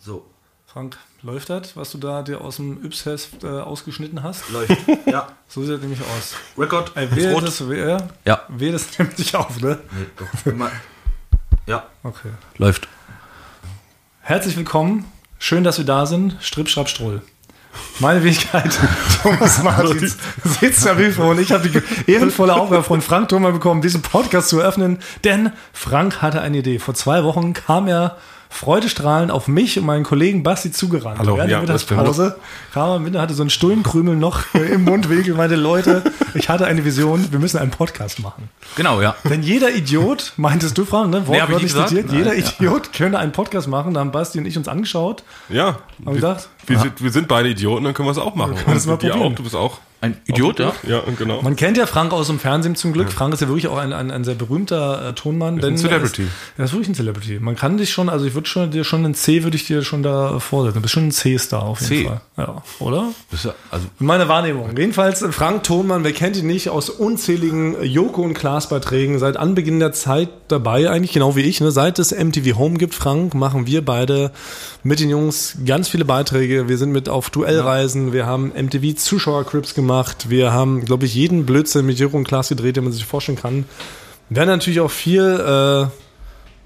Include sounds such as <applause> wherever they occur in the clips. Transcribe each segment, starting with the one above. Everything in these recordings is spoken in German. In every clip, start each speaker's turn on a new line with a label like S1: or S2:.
S1: So,
S2: Frank, läuft das, was du da dir aus dem Yps-Heft äh, ausgeschnitten hast?
S1: läuft. ja,
S2: So sieht das nämlich aus.
S1: Record.
S2: Ey,
S1: ist
S2: wehe,
S1: rot.
S2: das, wehe,
S1: Ja.
S2: wehe, das <laughs> nimmt sich auf, ne?
S1: Nee, doch, immer. ja,
S2: Okay.
S1: läuft.
S2: Herzlich willkommen. Schön, dass wir da sind. Strip, Schrapp, Stroll. Meine Wenigkeit, <laughs> Thomas Martins, sitzt am Mikrofon. Ich habe die ehrenvolle Aufgabe von Frank Thoma bekommen, diesen Podcast zu eröffnen, denn Frank hatte eine Idee. Vor zwei Wochen kam er freudestrahlend auf mich und meinen Kollegen Basti zugerannt.
S3: Hallo,
S2: Während der
S3: ja, das
S2: Mittagspause kam er mit, hatte so einen Stullenkrümel noch im Mundwinkel, meinte, Leute, ich hatte eine Vision, wir müssen einen Podcast machen.
S4: Genau, ja.
S2: Denn jeder
S4: <laughs>
S2: Idiot, meintest du, Frank, ne?
S4: Nee, hab ich
S2: Wortwörtlich
S4: nicht gesagt.
S2: zitiert,
S4: Nein,
S2: jeder
S4: ja.
S2: Idiot könnte einen Podcast machen. Da haben Basti und ich uns angeschaut.
S3: Ja,
S2: Haben wir
S3: wir,
S2: gedacht?
S3: wir, sind, wir sind beide Idioten, dann können wir es auch machen.
S2: wir es mal
S3: Und die
S2: probieren.
S3: auch, du bist auch.
S4: Ein Idiot, ja.
S3: Ja, und genau.
S2: Man kennt ja Frank aus dem Fernsehen zum Glück. Frank ist ja wirklich auch ein, ein, ein sehr berühmter äh, Tonmann. Ist
S3: ein Celebrity.
S2: Er ist, er ist wirklich ein Celebrity. Man kann dich schon, also ich würde schon dir schon einen C würde ich dir schon da äh, vorsetzen. Du bist schon ein C-Star auf jeden
S4: C.
S2: Fall. Ja, oder?
S4: Das ist ja- Also,
S2: In meiner Wahrnehmung. Jedenfalls äh, Frank Thonmann, wer kennt ihn nicht, aus unzähligen äh, Joko und Klaas Beiträgen, seit Anbeginn der Zeit dabei, eigentlich genau wie ich. Ne? Seit es MTV Home gibt, Frank, machen wir beide mit den Jungs ganz viele Beiträge. Wir sind mit auf Duellreisen, wir haben MTV Zuschauercrips gemacht, wir haben, glaube ich, jeden Blödsinn mit Joko und Klaas gedreht, den man sich vorstellen kann. Wir werden natürlich auch viel äh,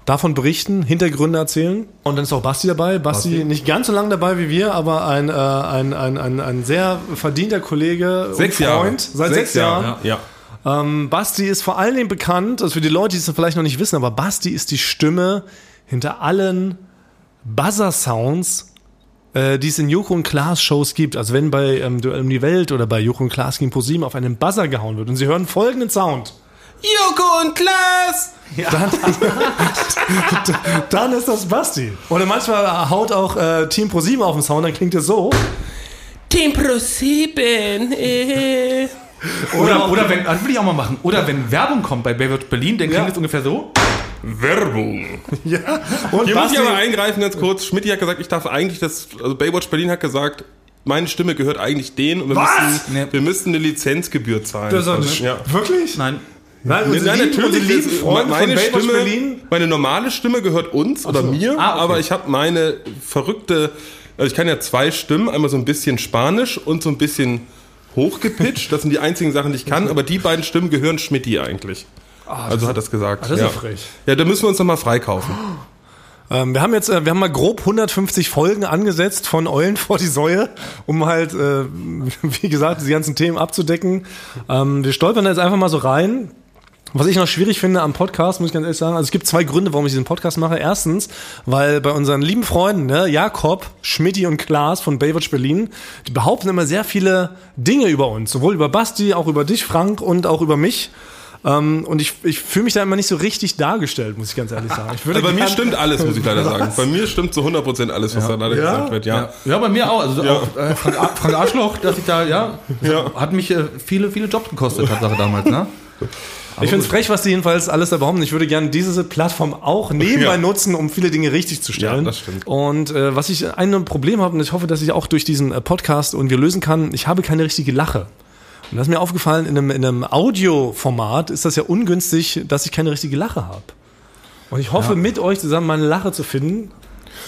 S2: davon berichten, Hintergründe erzählen. Und dann ist auch Basti dabei. Basti, nicht ganz so lang dabei wie wir, aber ein, äh, ein, ein, ein, ein sehr verdienter Kollege. und
S3: Sechs Jahre.
S2: Freund. Seit sechs, Jahren.
S3: Ja.
S2: Ähm, Basti ist vor allen Dingen bekannt, also für die Leute, die es vielleicht noch nicht wissen, aber Basti ist die Stimme hinter allen Buzzer-Sounds, äh, die es in Joko und Klaas Shows gibt. Also wenn bei ähm, Duell um die Welt oder bei Joko und Klaas gegen ProSieben auf einen Buzzer gehauen wird und sie hören folgenden Sound.
S3: Joko und Klaas!
S2: Dann ist das Basti. Oder manchmal haut auch äh, Team ProSieben auf den Sound, dann klingt es so.
S5: Team Pro 7. Äh.
S4: oder, oder wenn, das will ich auch mal machen. Oder wenn Werbung kommt bei Baywatch Berlin, dann klingt es ungefähr so.
S3: Werbung.
S2: Ja. Und
S3: Hier muss
S2: Basti,
S3: ich aber eingreifen ganz kurz. Schmidt hat gesagt, ich darf eigentlich das, also Baywatch Berlin hat gesagt, meine Stimme gehört eigentlich denen und wir,
S2: Was?
S3: Müssten,
S4: Nee.
S3: wir müssten eine Lizenzgebühr zahlen. Also,
S2: Das ist doch nicht-
S3: ja.
S2: Wirklich?
S4: Nein.
S2: Nein,
S3: Nee,
S2: unsere
S3: nein,
S2: lieben- unsere
S3: natürlich.
S2: lieben
S3: ist-
S2: Freunde von
S3: meine,
S2: Baywatch
S3: Stimme,
S2: Berlin.
S3: meine normale Stimme gehört uns oder mir,
S4: Ah, okay.
S3: aber ich habe meine verrückte, also ich kann ja zwei Stimmen, einmal so ein bisschen Spanisch und so ein bisschen hochgepitcht. Das sind die einzigen Sachen, die ich kann, aber die beiden Stimmen gehören Schmidti eigentlich. also hat das gesagt.
S2: Ah, das ist
S3: ja.
S2: ja frech. Oh,
S3: Ja, da müssen wir uns nochmal freikaufen.
S2: Ähm, wir haben jetzt, äh, wir haben mal grob 150 Folgen angesetzt von Eulen vor die Säue, um halt, äh, <laughs> wie gesagt, diese ganzen Themen abzudecken. Ähm, wir stolpern da jetzt einfach mal so rein. Was ich noch schwierig finde am Podcast, muss ich ganz ehrlich sagen, also es gibt zwei Gründe, warum ich diesen Podcast mache. Erstens, weil bei unseren lieben Freunden, ne, Jakob, Schmidti und Klaas von Baywatch Berlin, die behaupten immer sehr viele Dinge über uns. Sowohl über Basti, auch über dich, Frank und auch über mich. Ähm, und ich, ich fühle mich da immer nicht so richtig dargestellt, muss ich ganz ehrlich sagen. Ich würde
S3: Also bei mir
S2: gern-
S3: stimmt alles, muss ich
S2: <laughs>
S3: leider sagen. Bei mir stimmt zu 100% alles, was da leider
S2: Ja?
S3: gesagt wird. Ja.
S4: Ja, bei mir auch. Also auch äh, Frank, Ar- Frank Arschloch, dass ich da, ja,
S3: Ja.
S4: hat mich äh, viele, viele Jobs gekostet, Tatsache damals, ne?
S2: Ich finde es frech, was die jedenfalls alles da behaupten. Ich würde gerne diese Plattform auch nebenbei
S3: Ja.
S2: nutzen, um viele Dinge richtig zu stellen.
S3: Ja, das stimmt.
S2: Und äh, was ich ein Problem habe, und ich hoffe, dass ich auch durch diesen äh, Podcast und wir lösen kann, ich habe keine richtige Lache. Und das ist mir aufgefallen, in einem, in einem Audioformat ist das ja ungünstig, dass ich keine richtige Lache habe. Und ich hoffe, mit euch zusammen meine Lache zu finden.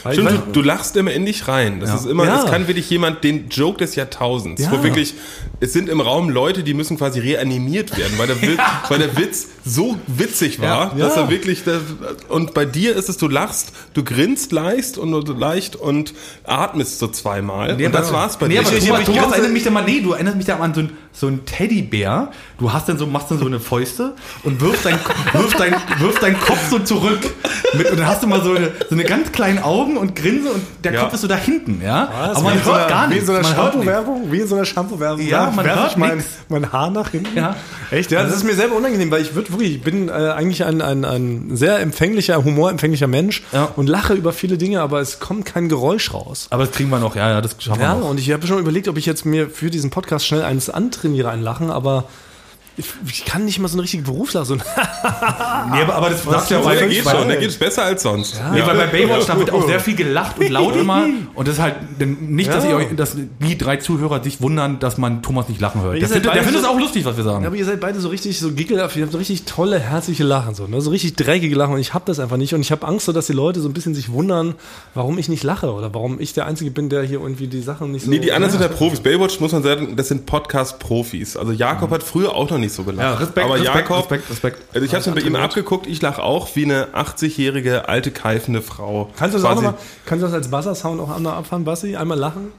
S2: Weil ich
S3: Stimmt,
S2: weiß-
S3: du, du lachst immer in dich rein. Das ist immer,
S2: Ja.
S3: das kann wirklich jemand, den Joke des Jahrtausends,
S2: Ja.
S3: wo wirklich, es sind im Raum Leute, die müssen quasi reanimiert werden, weil der, Witz, weil der Witz so witzig war,
S2: Ja.
S3: dass
S2: Ja.
S3: er wirklich, der, und bei dir ist es, du lachst, du grinst leicht und und leicht und atmest so zweimal. und das war's bei
S4: nee,
S3: dir.
S4: aber
S3: Ich-
S4: Thomas,
S3: ich-
S4: Thomas erinnert mich da mal, nee, du erinnerst mich da an so ein, so ein Teddybär. Du hast dann so, machst dann so eine Fäuste und wirfst dein, <laughs> wirft dein, wirft deinen Kopf so zurück. Mit, und dann hast du mal so eine, so eine ganz kleinen Augen und Grinse und der
S3: Ja.
S4: Kopf ist so da hinten, ja.
S2: Was?
S4: Aber
S2: Ah,
S4: man
S2: Wie in so
S4: hört
S2: einer-
S4: gar
S2: Wie in
S4: nichts.
S2: so einer
S4: man hört nichts.
S2: Shampoo-Werbung? Wie in so einer Shampoo-Werbung?
S4: Ja,
S2: Werf-
S4: man
S2: werf
S4: hört
S2: ich mein,
S4: nix.
S2: mein Haar nach hinten.
S4: Ja. Also
S2: Echt? Ja, das ist mir selber unangenehm, weil ich würd wirklich, ich bin äh, eigentlich ein, ein, ein sehr empfänglicher, humorempfänglicher Mensch
S4: Ja.
S2: und lache über viele Dinge, aber es kommt kein Geräusch raus.
S4: Aber das kriegen wir noch, ja, ja, das schaffen
S2: Ja,
S4: wir noch.
S2: und ich habe schon überlegt, ob ich jetzt mir für diesen Podcast schnell eins antrainiere, ein Lachen, aber Ich, ich kann nicht mal so einen richtigen Berufslacher. So ein-
S4: Nee, aber, aber das sagt ja
S3: Ah, Ja,
S4: bei
S3: der
S2: fünf
S3: geht
S4: bei-
S3: schon, der geht besser als sonst.
S4: Nee, weil bei Baywatch, da wird auch sehr viel gelacht und laut immer.
S3: <laughs>
S4: Und das ist halt nicht, dass,
S2: Ja.
S4: ihr euch, dass die drei Zuhörer sich wundern, dass man Thomas nicht lachen hört.
S2: Ihr
S4: Der
S2: seid
S4: findet, der
S2: beide
S4: findet es
S2: so-
S4: auch lustig, was wir sagen.
S2: Ja, aber ihr seid beide so richtig so giggelhaft. Ihr habt so richtig tolle, herzliche Lachen. So, ne? so richtig dreckige Lachen. Und ich hab das einfach nicht. Und ich habe Angst, so, dass die Leute so ein bisschen sich wundern, warum ich nicht lache. Oder warum ich der Einzige bin, der hier irgendwie die Sachen nicht so...
S3: Nee, die anderen sind halt ja Profis. Baywatch muss man sagen, das sind Podcast-Profis. Also Jakob hat früher auch noch nicht so gelacht. Aber Jakob,
S4: Respekt, Respekt.
S3: Also ich habe es mir bei ihm abgeguckt, ich lache auch wie eine 80-jährige alte keifende Frau.
S2: Kannst du das auch
S3: Quasi-
S2: nochmal, kannst du das als Buzzer-Sound auch einmal abfahren, Bassi? Einmal lachen?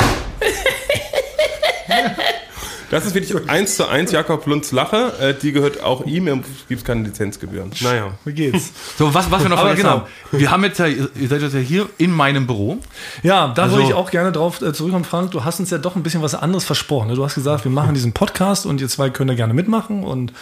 S3: Das ist wirklich eins zu eins Jakob Lunds Lache, äh, die gehört auch ihm, gibt es keine Lizenzgebühren. Naja.
S2: Wie geht's?
S4: So, was, was wir noch
S2: Aber
S4: vergessen
S2: genau.
S4: haben. Wir haben jetzt ja, ihr ihr seid jetzt ja hier in meinem Büro.
S2: Ja, da würde
S4: Also-
S2: ich auch gerne drauf äh, zurückkommen, Frank. Du hast uns ja doch ein bisschen was anderes versprochen. Ne? Du hast gesagt, wir machen diesen Podcast und ihr zwei könnt da gerne mitmachen und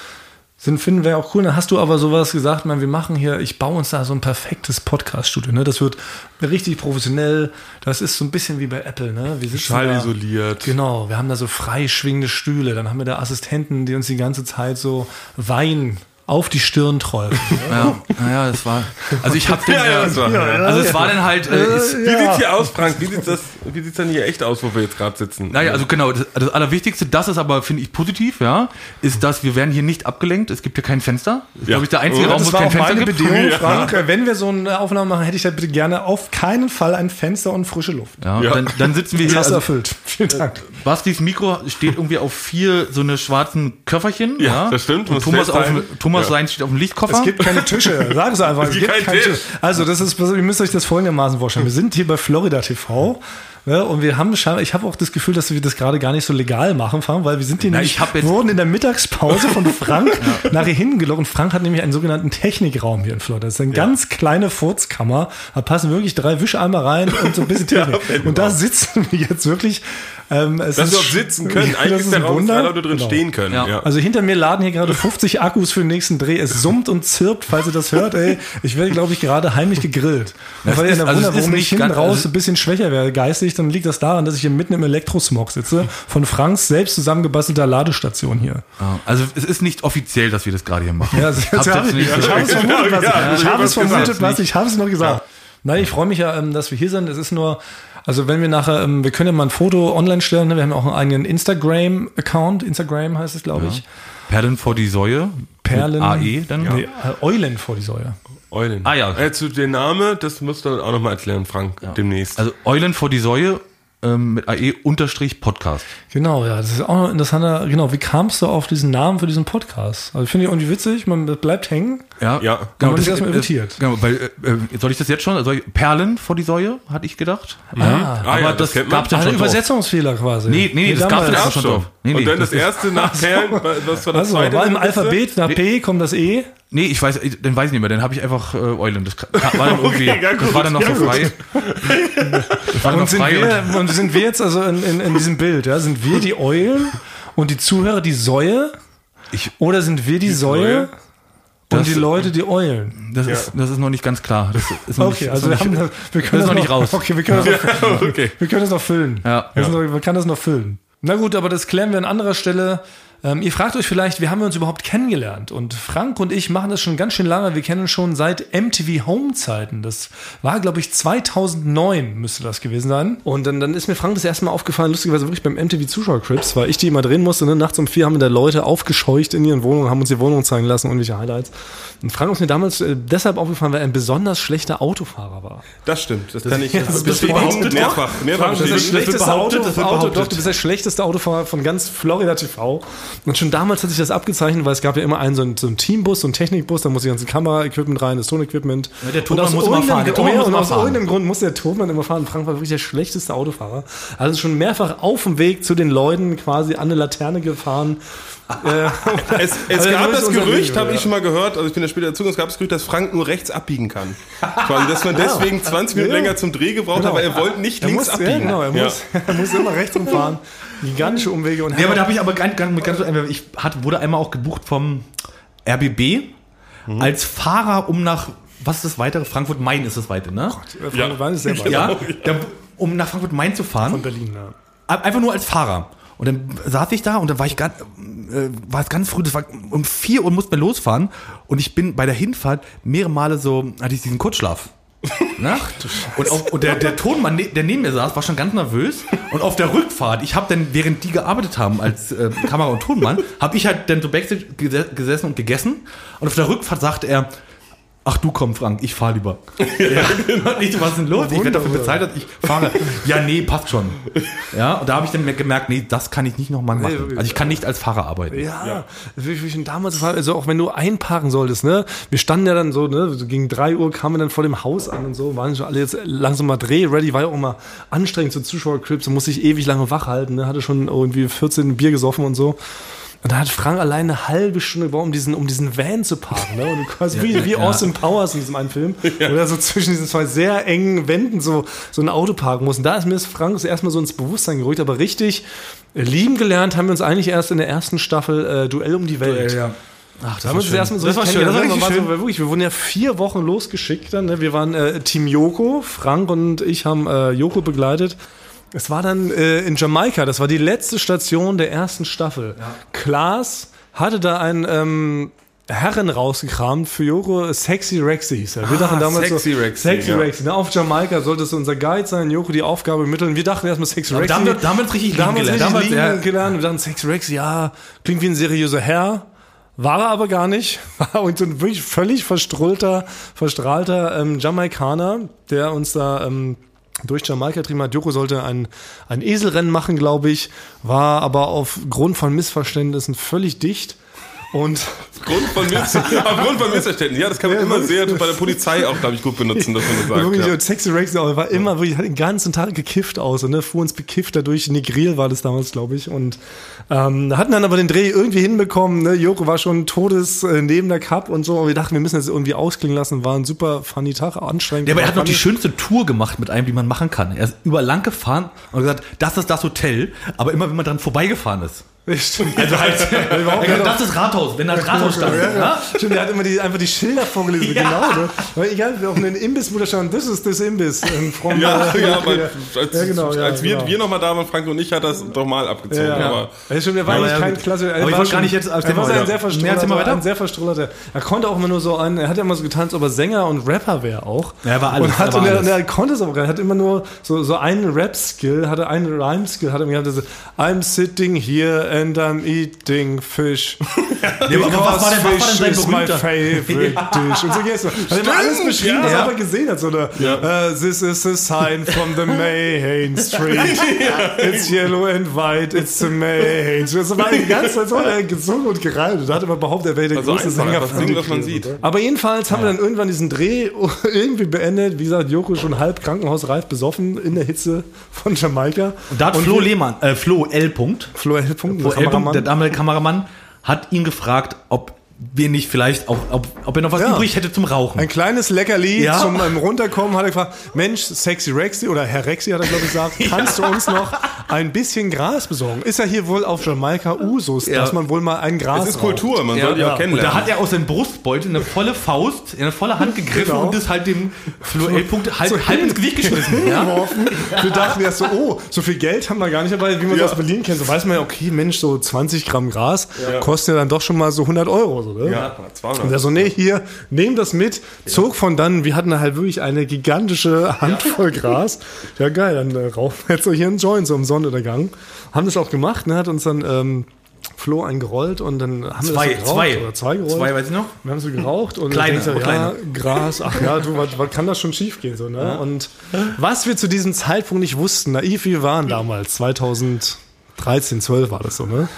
S2: sind, finden wir auch cool. Dann hast du aber sowas gesagt, man, wir machen hier, ich baue uns da so ein perfektes Podcast-Studio. Ne? Das wird richtig professionell. Das ist so ein bisschen wie bei Apple. Ne? Wir sitzen
S3: Schallisoliert.
S2: Da, genau, wir haben da so frei schwingende Stühle. Dann haben wir da Assistenten, die uns die ganze Zeit so Wein auf die Stirn träufeln.
S4: Ja, naja, das war. Also ich habe
S3: <laughs>
S4: den.
S3: Ja, ja, das war-
S4: äh, also es war dann halt. Äh, ist,
S3: Wie sieht's hier aus, Frank? Wie sieht das, wie sieht's denn hier echt aus, wo wir jetzt gerade sitzen?
S4: Naja, also genau, das, das Allerwichtigste, das ist aber, finde ich, positiv, ja, ist, dass wir werden hier nicht abgelenkt. Es gibt hier kein Fenster. Das ist,
S3: Ja.
S4: glaube ich, der einzige
S3: Ja,
S4: Raum, wo es kein Fenster gibt.
S2: Bedingung, Frank. Äh, Wenn wir so eine Aufnahme machen, hätte ich da bitte gerne auf keinen Fall ein Fenster und frische Luft.
S4: Ja,
S3: Ja.
S4: Dann, dann sitzen wir
S2: Das
S4: hier.
S2: hast du
S4: Also,
S2: erfüllt. <laughs> Vielen Dank.
S4: Bastis Mikro steht irgendwie auf vier so eine schwarzen Köfferchen.
S3: Ja, das stimmt,
S4: Und
S3: muss
S4: Thomas, auf,
S3: festhalten.
S4: Thomas
S3: Ja.
S4: Sein steht auf dem Lichtkoffer.
S2: Es gibt keine Tische. Sagen Sie einfach, es gibt,
S3: gibt keinen
S2: keinen
S3: Tisch.
S2: Tisch. Also, das ist, ihr müsst euch das folgendermaßen vorstellen. Wir sind hier bei Florida TV. Ne, und wir haben scheinbar, ich habe auch das Gefühl, dass wir das gerade gar nicht so legal machen, Frank, weil wir sind hier
S4: Na,
S2: nämlich,
S4: ich hab jetzt-
S2: wurden in der Mittagspause
S3: <laughs>
S2: von Frank nachher hingelockt. Und Frank hat nämlich einen sogenannten Technikraum hier in Florida. Das ist eine ganz kleine Furzkammer. Da passen wirklich drei Wischeimer rein und so ein
S3: <laughs>
S2: bisschen Technik. und da sitzen wir jetzt wirklich. Ähm, es
S3: Dass
S2: ist
S3: wir auch
S2: <laughs>
S3: sitzen können.
S2: das
S3: Eigentlich
S2: ist
S3: ist der
S2: ein
S3: Raum,
S2: Wunder.
S3: frei, Leute drin
S2: Genau.
S3: stehen können.
S4: Ja.
S2: Also hinter mir laden hier gerade 50 Akkus für den nächsten Dreh. Es summt und zirpt, falls ihr das hört. Ey, ich werde, glaube ich, gerade heimlich gegrillt. Und
S4: Das
S2: weil ihr
S4: ist-
S2: dann
S4: also es
S2: wundert,
S4: ist
S2: warum ich
S4: nicht
S2: hinten
S4: ganz-
S2: raus
S4: also-
S2: ein bisschen schwächer werde geistig, dann liegt das daran, dass ich hier mitten im Elektrosmog sitze. Von Franks selbst zusammengebastelter Ladestation hier.
S4: Ja, also es ist nicht offiziell, dass wir das gerade hier machen.
S2: Ja, also, jetzt
S4: Habt ihr
S2: hab
S4: jetzt
S2: ich,
S4: nicht genau,
S2: ich habe es
S4: so-
S2: vermutet, was,
S3: Ja,
S2: ich
S3: ja,
S2: habe es
S3: du hast
S2: vermutet,
S3: gesagt,
S2: was ich habe es noch gesagt. Nein, ich freue mich ja, ähm, dass wir hier sind. Es ist nur, also wenn wir nachher, ähm, wir können ja mal ein Foto online stellen. ne? Wir haben auch einen eigenen Instagram-Account. Instagram heißt es, glaube ich.
S4: Perlen vor die Säue. mit
S2: Perlen.
S4: AE dann.
S2: Nee, äh, Eulen vor die Säule.
S3: Eulen.
S4: Ah, ja.
S3: Äh, zu der Name, das musst du auch nochmal erklären, Frank, demnächst.
S4: Also Eulen vor die Säue ähm, mit AE unterstrich Podcast.
S2: Genau, ja, das ist auch noch interessanter. Genau, wie kamst du auf diesen Namen für diesen Podcast? Also finde ich irgendwie witzig, man bleibt hängen.
S3: Ja.
S4: genau.
S2: Man
S4: Das,
S2: ist erstmal
S4: das,
S2: irritiert.
S4: genau weil, äh, äh, soll ich das jetzt schon? Also Perlen vor die Säue, hatte ich gedacht.
S2: Ah,
S3: Ah, ja, das kennt man.
S4: gab's dann
S2: also
S4: schon drauf.
S2: Übersetzungsfehler quasi.
S4: Nee, nee, das
S2: damals.
S4: gab's
S3: Ja,
S4: auch schon drauf. Nee, nee,
S3: und dann
S4: das
S3: das, erste nach Perlen, was war das
S2: Also,
S3: zweite?
S2: war im
S3: das letzte?
S2: Alphabet, nach P kommt das E.
S4: Nee, ich weiß, ich- dann weiß ich nicht mehr. Dann habe ich einfach äh, Eulen. Das ka- war
S2: <laughs>
S4: dann irgendwie,
S3: Okay, ja, gut,
S4: das war dann noch
S3: ja,
S4: so frei. Das war dann noch
S2: Und sind,
S4: frei.
S2: wir, und sind wir jetzt also in, in, in diesem Bild, ja? Sind wir die Eulen und die Zuhörer die Säue?
S4: Ich-
S2: Oder sind wir die, Säue
S3: Säue?
S2: und
S4: Das-
S2: die Leute die Eulen?
S4: das, ist, das ist noch nicht ganz klar. Das ist noch
S2: Okay,
S4: nicht,
S2: also wir
S4: ist noch
S2: haben
S4: nicht,
S2: das, wir können
S4: das ist noch nicht raus.
S2: Okay, wir können das noch
S3: <laughs> Okay.
S2: Wir können das noch füllen.
S4: Ja.
S2: Das ist noch, man kann das noch füllen. Na gut, aber das klären wir an anderer Stelle. Ähm, ihr fragt euch vielleicht, wie haben wir uns überhaupt kennengelernt? Und Frank und ich machen das schon ganz schön lange. Wir kennen uns schon seit MTV Home Zeiten. Das war, glaube ich, 2009 müsste das gewesen sein. Und dann, dann ist mir Frank das erste Mal aufgefallen, lustigerweise wirklich beim MTV Zuschauer Crips, weil ich die immer drehen musste. Ne? Nachts um vier haben wir da Leute aufgescheucht in ihren Wohnungen, haben uns ihre Wohnungen zeigen lassen und welche Highlights. Und Frank ist mir damals äh, deshalb aufgefallen, weil er ein besonders schlechter Autofahrer war.
S3: Das stimmt, das, kann ich das
S2: ist
S3: bestätigen.
S2: behauptet.
S3: mehrfach. mehrfach
S2: Das ist das
S3: bestätigen.
S2: schlechteste
S4: behauptet,
S2: Auto,
S4: das wird
S2: Auto
S4: behauptet.
S2: doch, du bist der schlechteste Autofahrer von ganz Florida TV. Und schon damals hat sich das abgezeichnet, weil es gab ja immer einen so einen, so einen Teambus, so einen Technikbus, da muss die ganze Kamera-Equipment rein, das Ton-Equipment.
S4: Ja, der Thomann
S2: Und aus
S4: muss immer
S2: irgendeinem-
S4: fahren, der Thomann
S2: ja,
S4: muss
S2: und
S4: immer
S2: aus
S4: fahren.
S2: irgendeinem Grund muss der Thomann immer fahren. Frank war wirklich der schlechteste Autofahrer. Also schon mehrfach auf dem Weg zu den Leuten quasi an eine Laterne
S4: <laughs>
S2: gefahren. Äh,
S3: Es, es
S2: Also,
S3: gab
S2: das ist
S3: das
S2: unser
S3: Gerücht,
S2: Video,
S3: habe
S2: ja.
S3: ich schon mal gehört, also ich bin da später dazu, es gab das Gerücht, dass Frank nur rechts abbiegen kann. Quasi, dass man deswegen
S2: <laughs>
S3: 20 Minuten
S2: Ja. Genau.
S3: länger zum Dreh gebraucht hat, weil er wollte nicht
S2: er
S3: links
S2: muss,
S3: abbiegen.
S2: Ja, genau, er,
S3: Ja.
S2: Muss, <laughs> er muss immer rechts
S4: <laughs>
S2: rumfahren. Gigantische Umwege und
S4: Ja, aber da habe ich aber ganz, ganz, ganz, ich hat, wurde einmal auch gebucht vom RBB als Fahrer, um nach, was ist das weitere? Frankfurt Main ist das weite, ne?
S2: äh, Frank
S3: Ja.
S4: Genau.
S2: Wein ist sehr weit.
S4: ja, da, um nach Frankfurt Main zu fahren.
S2: Berlin, ja.
S4: Ab- Einfach nur als Fahrer. Und dann saß ich da und dann war ich ganz, äh, war es ganz früh, das war um 4 Uhr mussten wir losfahren. Und ich bin bei der Hinfahrt mehrere Male so, hatte ich diesen Kurzschlaf. Nacht. Und, auf, und der, der Tonmann, ne- der neben mir saß, war schon ganz nervös. Und auf der Rückfahrt, ich habe dann, während die gearbeitet haben als äh, Kamera- und Tonmann, habe ich halt dann so backstage gese- gesessen und gegessen. Und auf der Rückfahrt sagte er, ach du komm Frank, ich fahre lieber. Ja, <laughs> und ich so, was ist denn los? Ich werde dafür bezahlt, dass ich fahre. Ja, nee, passt schon. Ja, und da habe ich dann mir gemerkt, nee, das kann ich nicht nochmal machen.
S2: wirklich.
S4: also ich kann nicht als Fahrer arbeiten.
S2: Ja, Wie, wie schon damals, war, also auch wenn du einparken solltest, ne? Wir standen ja dann so, ne? so Gegen 3 Uhr kamen wir dann vor dem Haus an und so, waren schon alle jetzt langsam mal dreh-ready, war ja auch immer anstrengend, so Zuschauercrips, musste ich ewig lange wach halten, ne? Hatte schon irgendwie 14 Bier gesoffen und so. Und da hat Frank alleine eine halbe Stunde gebraucht, um diesen, um diesen Van zu parken. Ne? Und du quasi wie, wie Austin Powers in diesem einen Film, wo er so zwischen diesen zwei sehr engen Wänden so, so ein Auto parken muss. Und da ist mir das Frank so erstmal so ins Bewusstsein gerückt, aber richtig lieben gelernt haben wir uns eigentlich erst in der ersten Staffel äh, Duell um die Welt.
S4: Ach,
S2: Da haben wir uns erstmal so
S4: das war
S2: richtig
S4: schön. Das
S2: kennengelernt.
S4: war
S2: Wir
S4: richtig
S2: waren
S4: schön.
S2: so, wirklich, wir wurden ja vier Wochen losgeschickt dann. Ne? Wir waren äh, Team Joko, Frank und ich haben äh, Joko begleitet. Es war dann äh, in Jamaika, das war die letzte Station der ersten Staffel. Klaas hatte da ein ähm, Herren rausgekramt für Joko, Sexy Rexies.
S4: Ah,
S2: Wir dachten damals
S3: Sexy
S2: so,
S3: Rexy,
S2: Sexy
S3: ja.
S2: Rexy. Ne? Auf Jamaika sollte es unser Guide sein, Joko die Aufgabe übermitteln. Wir dachten erstmal Sexy Rexy.
S4: da haben wir- da haben wir uns richtig lieben
S2: Damals
S4: gelernt.
S2: richtig
S4: Damals,
S2: lieben
S4: ja.
S2: gelernt. Wir dachten, Sex Rex, ja, klingt wie ein seriöser Herr. War er aber gar nicht. <laughs> War und so ein wirklich völlig verstrullter, verstrahlter ähm, Jamaikaner, der uns da ähm, durch Jamaika getrieben hat. Joko sollte ein, ein Eselrennen machen, glaube ich. War aber aufgrund von Missverständnissen völlig dicht. Und
S3: Grund
S2: <laughs>
S3: von Miss Aufgrund von Missverständnissen. Ja, das kann man immer sehr bei der Polizei auch, glaube ich, gut benutzen, dass man
S2: wirklich,
S3: gesagt
S2: und Sexy Rex aber war immer wirklich, hat den ganzen Tag gekifft aus und ne, fuhr uns bekifft dadurch. Negril war das damals, glaube ich. Und ähm, hatten dann aber den Dreh irgendwie hinbekommen. Ne? Joko war schon todes äh, neben der Cup und so. Aber wir dachten, wir müssen das irgendwie ausklingen lassen. War ein super funny Tag, anstrengend.
S4: Ja, aber er hat noch die
S2: Funny.
S4: schönste Tour gemacht mit einem, die man machen kann. Er ist über lang gefahren und gesagt, das ist das Hotel, aber immer wenn man dran vorbeigefahren ist. <laughs>
S2: Stimmt.
S4: Also halt,
S2: überhaupt
S4: er gesagt, das ist Rathaus, wenn das Rathaus stand.
S2: Ja, ja.
S4: Ja,
S2: Stimmt, der hat immer die, einfach die Schilder vorgelesen, genau. Ne? Weil egal, auf einem Imbiss, wo da stand, das ist das Imbiss.
S4: <laughs>
S2: ähm, from-
S3: Ja,
S2: <laughs>
S3: ja, aber als,
S2: Ja, genau, ja,
S3: als wir,
S2: genau.
S3: wir nochmal da waren, Frank und ich, hat das doch mal abgezogen.
S2: Ja,
S3: Aber
S2: ja. Schon, der war
S4: Aber
S2: eigentlich
S4: ja,
S2: kein
S4: gut.
S2: klassischer. er
S4: Aber ich
S2: war
S4: wollte gar
S2: schon-
S4: nicht jetzt- erzähl
S2: Er war
S4: mal
S2: ein
S4: weiter.
S2: sehr
S4: Nee, erzähl mal
S2: verstrahler.
S4: weiter.
S2: Ein sehr verstrahlerter. Er konnte auch immer nur so ein. Er hat ja immer so getanzt, ob er Sänger und Rapper wäre auch.
S4: Ja, er war alles,
S2: Und, hat,
S4: er war
S2: und, er,
S4: alles.
S2: und er konnte es aber gar nicht. Er hat immer nur so, so einen Rap-Skill, hatte einen Rhyme-Skill, hat er mir gesagt, I'm sitting here and I'm eating fish.
S4: <laughs> Ja, aber was war denn- was war denn
S2: Because
S4: sein
S2: fish is my
S4: berühmter?
S2: favorite dish. Und so geht's. noch. Hat immer alles beschrieben,
S3: ja.
S2: was er aber gesehen hat. So eine,
S3: Ja.
S2: äh, this is a sign from the Mayhain Street. It's yellow and white, it's the Mayhain. Street. Das war die ganze Zeit so, er hat gesungen und gereimt. Und hat immer behauptet, er wäre der
S3: also
S2: größte
S3: einfach,
S2: Sänger
S3: einfach
S2: von
S3: singen, was man sieht.
S2: aber jedenfalls haben wir dann irgendwann diesen Dreh <laughs> irgendwie beendet. Wie gesagt, Joko schon halb krankenhausreif besoffen in der Hitze von Jamaika.
S4: Und da hat Flo Lehmann, äh, Flo L. Punkt,
S2: Flo Hellpunkt,
S4: Flo
S2: der
S4: L. Punkt, der
S2: Kameramann.
S4: damalige Kameramann, hat ihn gefragt, ob wir nicht vielleicht auch, ob, ob er noch was
S2: Ja.
S4: übrig hätte zum
S2: Ein
S4: Rauchen.
S2: kleines Leckerli
S4: Ja.
S2: zum ähm, Runterkommen hat er gefragt, Mensch, Sexy Rexy oder Herr Rexy hat er glaube ich
S3: <laughs>
S2: gesagt, kannst du uns noch ein bisschen Gras besorgen? Ist ja hier wohl auf Jamaika Usus,
S4: Ja.
S2: dass man wohl mal ein Gras
S3: Es ist
S2: raucht.
S3: Kultur, man soll die auch
S4: Und da
S3: kennenlernen.
S4: hat er aus seinem Brustbeutel eine volle Faust, eine volle Hand gegriffen
S2: Genau.
S4: und ist halt dem Flo L. Punkt halb, halb ins Gewicht geschmissen. Ja?
S2: hingeworfen. Wir dachten erst so, oh, so viel Geld haben wir gar nicht, aber wie man das aus Berlin kennt, so weiß man ja, okay, Mensch, so 20 Gramm Gras kosten ja dann doch schon mal so 100 Euro. So, ne?
S3: Ja, 200.
S2: Und er so, nee, hier, nehm das mit, zog von dann, wir hatten da halt wirklich eine gigantische Handvoll
S4: <laughs>
S2: Gras. Ja, geil, dann äh, rauchen wir jetzt so hier einen Joint so am Sonnenuntergang. Haben das auch gemacht, ne, hat uns dann ähm, Flo einen gerollt und dann haben
S4: Zwei,
S2: wir das so geraucht,
S4: zwei.
S2: Oder zwei gerollt.
S4: Zwei, weiß ich noch.
S2: Wir haben so geraucht und
S4: Kleine,
S2: dann denkst du,
S4: aber
S2: ja, Gras, ach ja, du, was, was kann das schon schief gehen? So, ne? Und was wir zu diesem Zeitpunkt nicht wussten, naiv wir waren damals, 2013, 12 war das so, ne?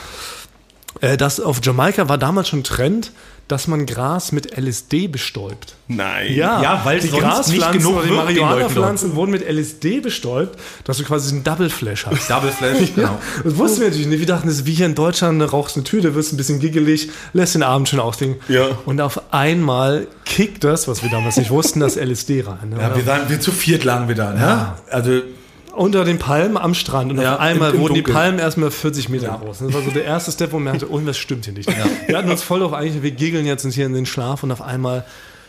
S2: Äh, dass auf Jamaika war damals schon Trend, dass man Gras mit LSD bestäubt.
S3: Nein.
S4: Ja, weil
S2: die
S4: sonst nicht
S2: Graspflanzen
S4: genug
S2: oder die
S4: wirkt den Leuten dort.
S2: Marihuana-Pflanzen wurden mit LSD bestäubt, dass du quasi einen <laughs> Double Flash hast.
S4: Double Flash, genau.
S2: Das wussten wir natürlich nicht. Wir dachten, das ist wie hier in Deutschland, da rauchst du eine Tüte, wirst ein bisschen giggelig, lässt den Abend schon ausklingen.
S3: Ja.
S2: Und auf einmal kickt das, was wir damals nicht wussten, das LSD rein. Ne?
S4: Ja, wir, waren, wir zu viert lagen wir da, ne? Also,
S2: Unter den Palmen am Strand. Und
S4: Ja,
S2: auf einmal
S4: im- im
S2: wurden die
S4: Dunkeln.
S2: Palmen erstmal 40 Meter groß. Das war so der erste Step, wo man merkte, oh, das stimmt hier nicht. Wir hatten uns voll auf eigentlich, wir giggeln jetzt uns hier in den Schlaf und auf einmal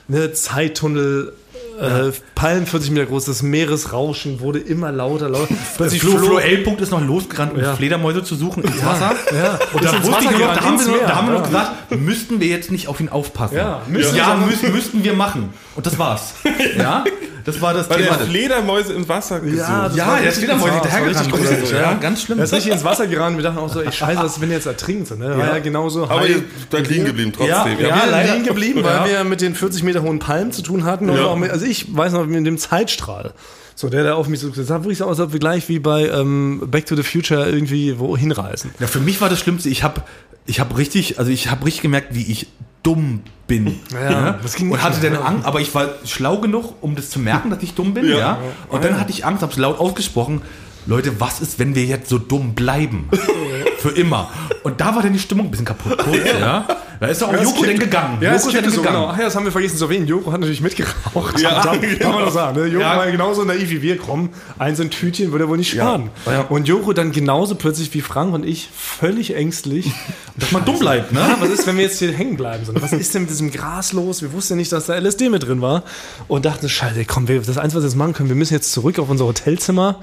S2: eine ne, Zeittunnel. Äh, Palmen 40 Meter groß, das Meeresrauschen wurde immer lauter, lauter. Plötzlich
S4: Flo,
S2: floh-
S4: Flo L. Punkt ist noch losgerannt, um
S2: Ja.
S4: Fledermäuse zu suchen ins Wasser.
S2: Ja.
S4: Und
S2: Ist
S4: da,
S2: ins
S4: wusste
S2: Wasser
S4: ich noch,
S2: gerannt,
S4: da haben wir
S2: ins
S4: noch,
S2: Meer,
S4: da haben wir noch
S2: ja.
S4: gesagt, müssten wir jetzt nicht auf ihn aufpassen.
S2: Ja,
S4: müssen,
S2: müssen
S4: ja.
S2: wir-
S4: müssen, müssten wir machen. Und das
S2: <laughs>
S4: war's. Ja, das war das
S3: Weil
S4: Thema.
S3: er Fledermäuse im Wasser gesucht.
S2: das war
S4: ja, der
S2: richtig
S4: ist wieder mal
S2: bizarr, das war
S4: hinterhergerannt
S2: richtig
S4: oder so.
S2: gruselig,
S4: Ja,
S2: ja.
S4: ganz schlimm.
S2: Er ist richtig ins Wasser gerannt. Wir dachten auch so, ey, scheiße, was ist, wenn er jetzt ertrinkt? So, ne? War ja, genauso.
S3: Aber
S2: high.
S3: ihr seid liegen geblieben trotzdem.
S4: Ja,
S2: Ja, wir
S4: leider.
S2: sind liegen geblieben, weil
S4: Ja.
S2: wir mit den 40 Meter hohen Palmen zu tun hatten. Und
S3: Ja.
S2: auch mit, also ich weiß noch, mit dem Zeitstrahl. So, der, der auf mich so gesagt hat, wirklich so aus, als ob wir gleich wie bei ähm, Back to the Future irgendwie wo hinreisen.
S4: Ja, für mich war das Schlimmste, ich habe ich hab richtig, also ich habe richtig gemerkt, wie ich dumm bin.
S2: Ja, das ging
S4: und
S2: nicht
S4: hatte
S2: schon,
S4: dann
S2: ja.
S4: Angst, aber ich war schlau genug, um das zu merken, dass ich dumm bin, ja. Und dann hatte ich Angst, habe es laut ausgesprochen. Leute, was ist, wenn wir jetzt so dumm <laughs> bleiben? Für immer. Und da war dann die Stimmung ein bisschen kaputt. Kurz, ja. Da ist doch auch Joko denn gegangen.
S2: Ja,
S4: Joko
S2: es
S4: ist dann
S2: kippte so, genau.
S4: gegangen.
S2: Ach ja, das haben wir vergessen zu erwähnen. Joko hat natürlich mitgeraucht. <laughs> Ja, kann man das sagen. Ne? Joko
S4: Ja.
S2: war ja genauso naiv wie wir. Komm, eins in Tütchen würde er wohl nicht sparen. Und Joko dann genauso plötzlich wie Frank und ich, völlig
S4: <laughs>
S2: ängstlich.
S4: Dass man dumm bleibt, ne?
S2: Ah, was ist, wenn wir jetzt hier hängen bleiben? Sondern was ist denn mit diesem Gras los? Wir wussten ja nicht, dass da LSD mit drin war. Und dachten, scheiße, komm, wir, das Einzige, was wir jetzt machen können, wir müssen jetzt zurück auf unser Hotelzimmer.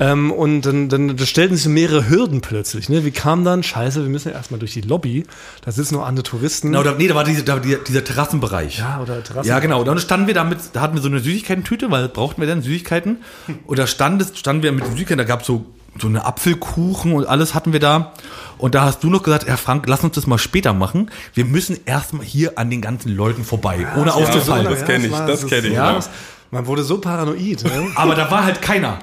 S2: Ähm, und dann, dann stellten sich so mehrere Hürden plötzlich. Ne? Wir kamen dann, scheiße, wir müssen ja erstmal durch die Lobby. Da sitzen noch andere Touristen.
S4: Genau, da, nee, da war diese, da, dieser, dieser Terrassenbereich.
S2: ja, oder Terrasse.
S4: Ja, genau. Und dann standen wir damit, da hatten wir so eine Süßigkeiten-Tüte, weil brauchten wir dann Süßigkeiten. Und da stand es, standen wir mit den Süßigkeiten, da gab's so, so eine Apfelkuchen und alles hatten wir da. Und da hast du noch gesagt, Herr Frank, lass uns das mal später machen. Wir müssen erstmal hier an den ganzen Leuten vorbei, ohne aufzufallen.
S3: das kenn ich,
S2: war-
S3: das kenn ich,
S2: Ja.
S3: ja.
S2: Man wurde so paranoid. Ne?
S4: Aber da war halt keiner.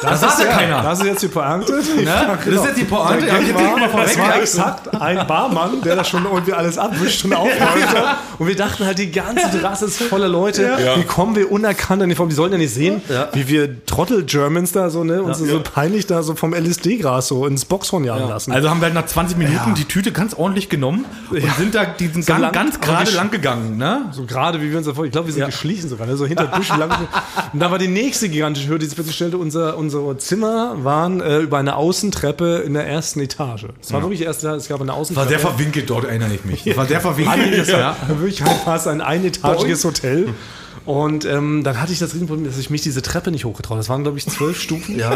S4: Da saß <laughs> ja keiner.
S2: Das ist jetzt die Pointe. <laughs> Ne?
S4: Das ist jetzt die Pointe. Ja,
S2: Ja,
S4: ich
S2: ich
S4: jetzt mal
S2: war, das
S4: vorweg.
S2: war exakt ein Barmann, der da schon irgendwie alles abwischt und aufräumte. Und wir dachten halt, die ganze Terrasse ist voller Leute.
S3: Ja.
S2: Wie kommen wir unerkannt an die Form? Die sollten ja nicht sehen, wie wir Trottel-Germans da so, ne, uns so peinlich da so vom LSD-Gras so ins Boxhorn jagen lassen.
S4: Also haben wir halt nach 20 Minuten die Tüte ganz ordentlich genommen und sind da diesen Gang
S2: lang-
S4: ganz
S2: aber
S4: gerade
S2: gesch-
S4: lang gegangen, ne?
S2: So gerade, wie wir uns da vor, ich glaube, wir sind geschlichen sogar, ne? so hinter Büschen lang.
S4: <laughs>
S2: Und da war die nächste gigantische Hürde, die sich plötzlich stellte, unser, unsere Zimmer waren äh, über eine Außentreppe in der ersten Etage. Es war wirklich die erste, es gab eine
S4: War
S2: Außentreppe.
S4: sehr verwinkelt dort, erinnere ich mich. War sehr
S2: Alles,
S4: verwinkelt.
S2: ja. Wirklich halt fast ein einetagiges Hotel. Und ähm, dann hatte ich das Riesenproblem, dass ich mich diese Treppe nicht hochgetraut habe. Das waren, glaube ich, zwölf Stufen. Ja.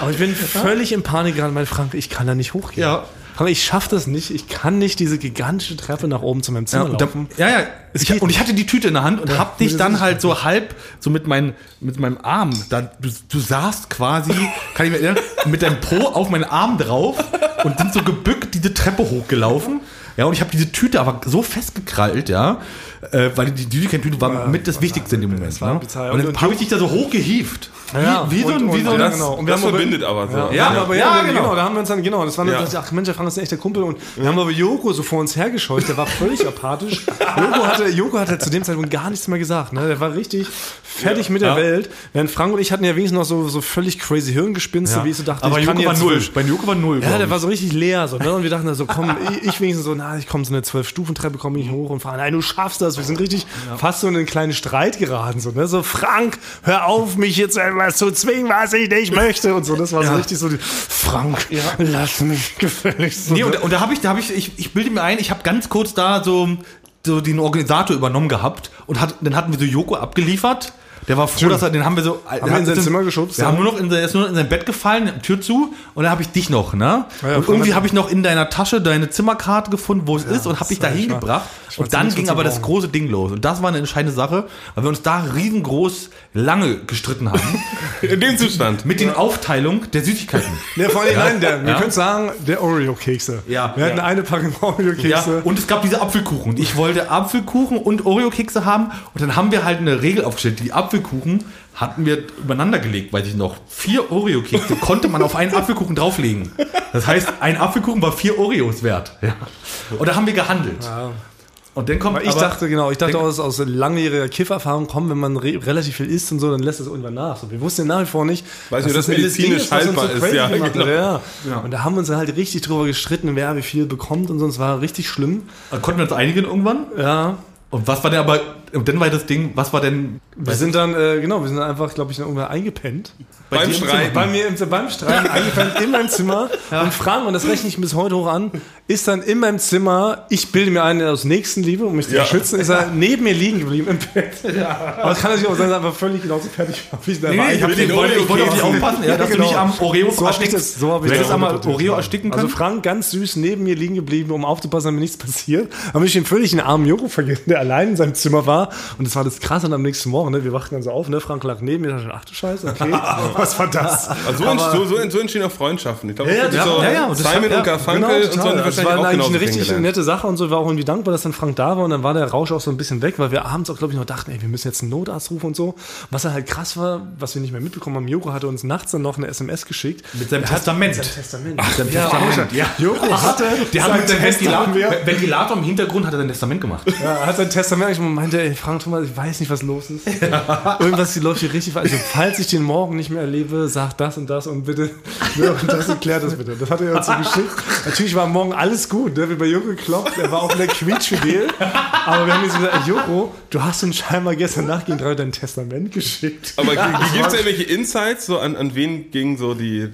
S2: Aber <laughs> ich bin völlig in Panik gerade, mein Frank, ich kann da nicht hochgehen.
S4: Ja.
S2: Frank, ich schaffe das nicht. Ich kann nicht diese gigantische Treppe nach oben zu meinem
S4: Ja,
S2: Zimmer
S4: und,
S2: laufen.
S4: dann, ja, ja. Ich,
S2: geht
S4: und ich hatte die Tüte in der Hand und hab dich
S2: das
S4: dann
S2: ist
S4: halt so halb, so mit, mein, mit meinem Arm, dann, du, du saßt quasi, kann ich mir erinnern, mit deinem Po auf meinen Arm drauf und sind so gebückt diese Treppe hochgelaufen. Ja, und ich habe diese Tüte aber so festgekrallt, ja, äh, weil die Tüte war mit das Wichtigste in dem Moment. Ne? Und
S2: bizarr. Und-
S4: dann
S2: und
S4: habe ich dich da so hochgehieft.
S2: Ja,
S4: wie, wie so
S2: und-
S4: ein, wie
S2: und-
S4: so ein
S2: ja,
S3: Das,
S2: genau. Und wir
S3: das
S2: haben aber-
S3: verbindet aber so.
S2: Ja, aber ja,
S4: Ja,
S2: genau.
S4: genau.
S2: da haben wir uns dann, genau, das war
S3: Ja.
S2: das, ach Mensch, der Frank ist ein echter Kumpel und wir haben aber Joko so vor uns hergescheucht, der war
S4: <laughs>
S2: völlig apathisch. Joko hatte, Joko hatte zu dem Zeitpunkt gar nichts mehr gesagt, ne? der war richtig fertig mit der Welt, während Frank und ich hatten ja wenigstens noch so, so völlig crazy Hirngespinste, wie ich so dachte,
S4: aber
S2: ich
S4: Joko war
S2: jetzt
S4: null. Bei Joko war null.
S2: ja,
S4: glaub
S2: der
S4: ich.
S2: war so richtig leer. So, ne? Und wir dachten da so, komm, ich, ich wenigstens so, na, ich komme so eine Zwölf-Stufen-Treppe, komme ich hoch und fahre. Nein, du schaffst das. Wir sind richtig fast so in einen kleinen Streit geraten. So, ne? so Frank, hör auf, mich jetzt etwas zu zwingen, was ich nicht möchte. Und so, das war so richtig so, die, Frank, lass mich gefälligst. So,
S4: Nee,
S2: ne?
S4: und, und da habe ich, da habe ich, ich, ich bilde mir ein, ich habe ganz kurz da so, so den Organisator übernommen gehabt und hat, dann hatten wir so Joko abgeliefert. Der war froh, dass er, den haben wir so, haben
S2: wir in sein Zimmer geschubst,
S4: Wir
S2: ja.
S4: haben nur noch in sein, er ist nur noch in sein Bett gefallen, Tür zu und dann habe ich dich noch, ne?
S2: ja,
S4: und
S2: Frank
S4: irgendwie
S2: hat-
S4: habe ich noch in deiner Tasche deine Zimmerkarte gefunden, wo es ist und habe dich da hingebracht und dann
S2: ziemlich
S4: ging
S2: gut
S4: aber das
S2: gebrauchen.
S4: große Ding los und das war eine entscheidende Sache, weil wir uns da riesengroß lange gestritten
S2: <laughs>
S4: haben
S3: In dem Zustand.
S4: mit den Aufteilung der Süßigkeiten.
S2: Ja, vor allem, nein, der, wir
S4: Ja.
S2: können sagen, der Oreo-Kekse.
S4: Ja.
S2: Wir hatten
S4: Ja.
S2: eine Packung Oreo-Kekse.
S4: Ja, und es gab diese Apfelkuchen. Ich wollte Apfelkuchen und Oreo-Kekse haben. Und dann haben wir halt eine Regel aufgestellt. Die Apfelkuchen hatten wir übereinander gelegt, weiß ich noch. Vier Oreo-Kekse konnte man auf einen Apfelkuchen drauflegen. Das heißt, ein Apfelkuchen war vier Oreos wert. Ja. Und da haben wir gehandelt. Und dann kommt
S2: Weil ich
S4: aber-
S2: dachte, genau, ich dachte
S4: denk-
S2: aus, aus langjähriger Kiffererfahrung kommen, wenn man re relativ viel isst und so, dann lässt es irgendwann nach. So, wir wussten ja nach wie vor nicht,
S3: Weißt du,
S2: dass
S3: das medizinisch
S2: was uns
S3: haltbar ist,
S2: crazy
S3: ja,
S2: gemacht hat.
S3: genau.
S2: ja,
S4: Ja.
S2: ja. Und da haben wir uns dann halt richtig drüber gestritten, wer wie viel bekommt und sonst war richtig schlimm.
S4: Äh, konnten wir uns einigen irgendwann.
S2: Ja.
S4: Und was war denn aber Und dann war das Ding, was war denn
S2: Wir sind dann, äh, genau, wir sind dann einfach, glaube ich, dann irgendwann eingepennt.
S3: Beim
S4: dir im
S3: Streiten.
S2: Bei mir im, beim Streiten eingefangen in meinem Zimmer und fragen, und das rechne ich bis heute hoch an, ist dann in meinem Zimmer, ich bilde mir einen aus Nächstenliebe, um mich zu
S3: Ja.
S2: schützen, ist er neben mir liegen geblieben im Bett. Aber es kann natürlich auch sein, dass er einfach völlig genauso fertig war, wie ich da war.
S4: ich
S2: Ich hab
S4: habe
S3: will den
S4: den wollte,
S3: Oreo
S4: ich wollte auf dich
S3: käsen.
S4: aufpassen, ja, dass
S2: genau.
S4: du nicht am Oreo
S2: so hab ich
S4: erstickst.
S2: das, so hab ich
S4: du
S2: das
S4: hättest
S2: auch
S4: einmal
S2: interpretiert.
S4: Oreo ersticken können.
S2: Also Frank ganz süß neben mir liegen geblieben, um aufzupassen, damit nichts passiert. Habe ich den völlig in den armen Joko vergessen, der allein in seinem Zimmer war. Und das war das Krasse dann am nächsten Morgen. Ne? Wir wachten dann so auf, ne? Frank lag neben mir. Ich dachte, ach du Scheiße, okay. Was war das?
S3: Also so, ents- so, so, ent- so entstehen auch Freundschaften. Ich glaube,
S2: Ja, ja,
S3: das ist
S2: ja,
S3: so
S4: ja, ja, und das
S3: Simon
S4: hat- ja,
S3: und Garfunkel
S2: Genau,
S3: und so haben
S2: total.
S3: die
S2: Das
S3: wahrscheinlich
S2: war
S3: auch
S2: eigentlich
S3: genauso
S2: eine richtig
S3: kennengelernt.
S2: nette Sache und so. Ich war auch irgendwie dankbar, dass dann Frank da war und dann war der Rausch auch so ein bisschen weg, weil wir abends auch, glaube ich, noch dachten, ey, wir müssen jetzt einen Notarzt rufen und so. Was dann halt krass war, was wir nicht mehr mitbekommen haben, Joko hatte uns nachts dann noch eine SMS geschickt.
S4: mit seinem Testament.
S2: Testament.
S4: Sein Testament. Ja.
S2: Joko hatte,
S4: Der hat
S2: sein
S4: mit seinem
S2: Testament-
S4: Ventilator, Ventilator im Hintergrund hat er sein Testament gemacht.
S2: Ja, er hat sein Testament geschrieben und meinte, ey, Frank Thomas, ich weiß nicht, was los ist. Irgendwas die läuft hier richtig. Also, falls ich den morgen nicht mehr erlebe, sag das und das und bitte. Ne, und das und klär das bitte. Das hat er uns so geschickt. Natürlich war am morgen alles gut. Ne? Wir haben bei Joko geklopft, er war auch der quietschfidel. Aber wir haben jetzt gesagt, ey, Joko, du hast uns scheinbar gestern Nacht gegen drei Uhr dein Testament geschickt. <laughs>
S3: Aber gibt es irgendwelche Insights, so an, an wen ging so die,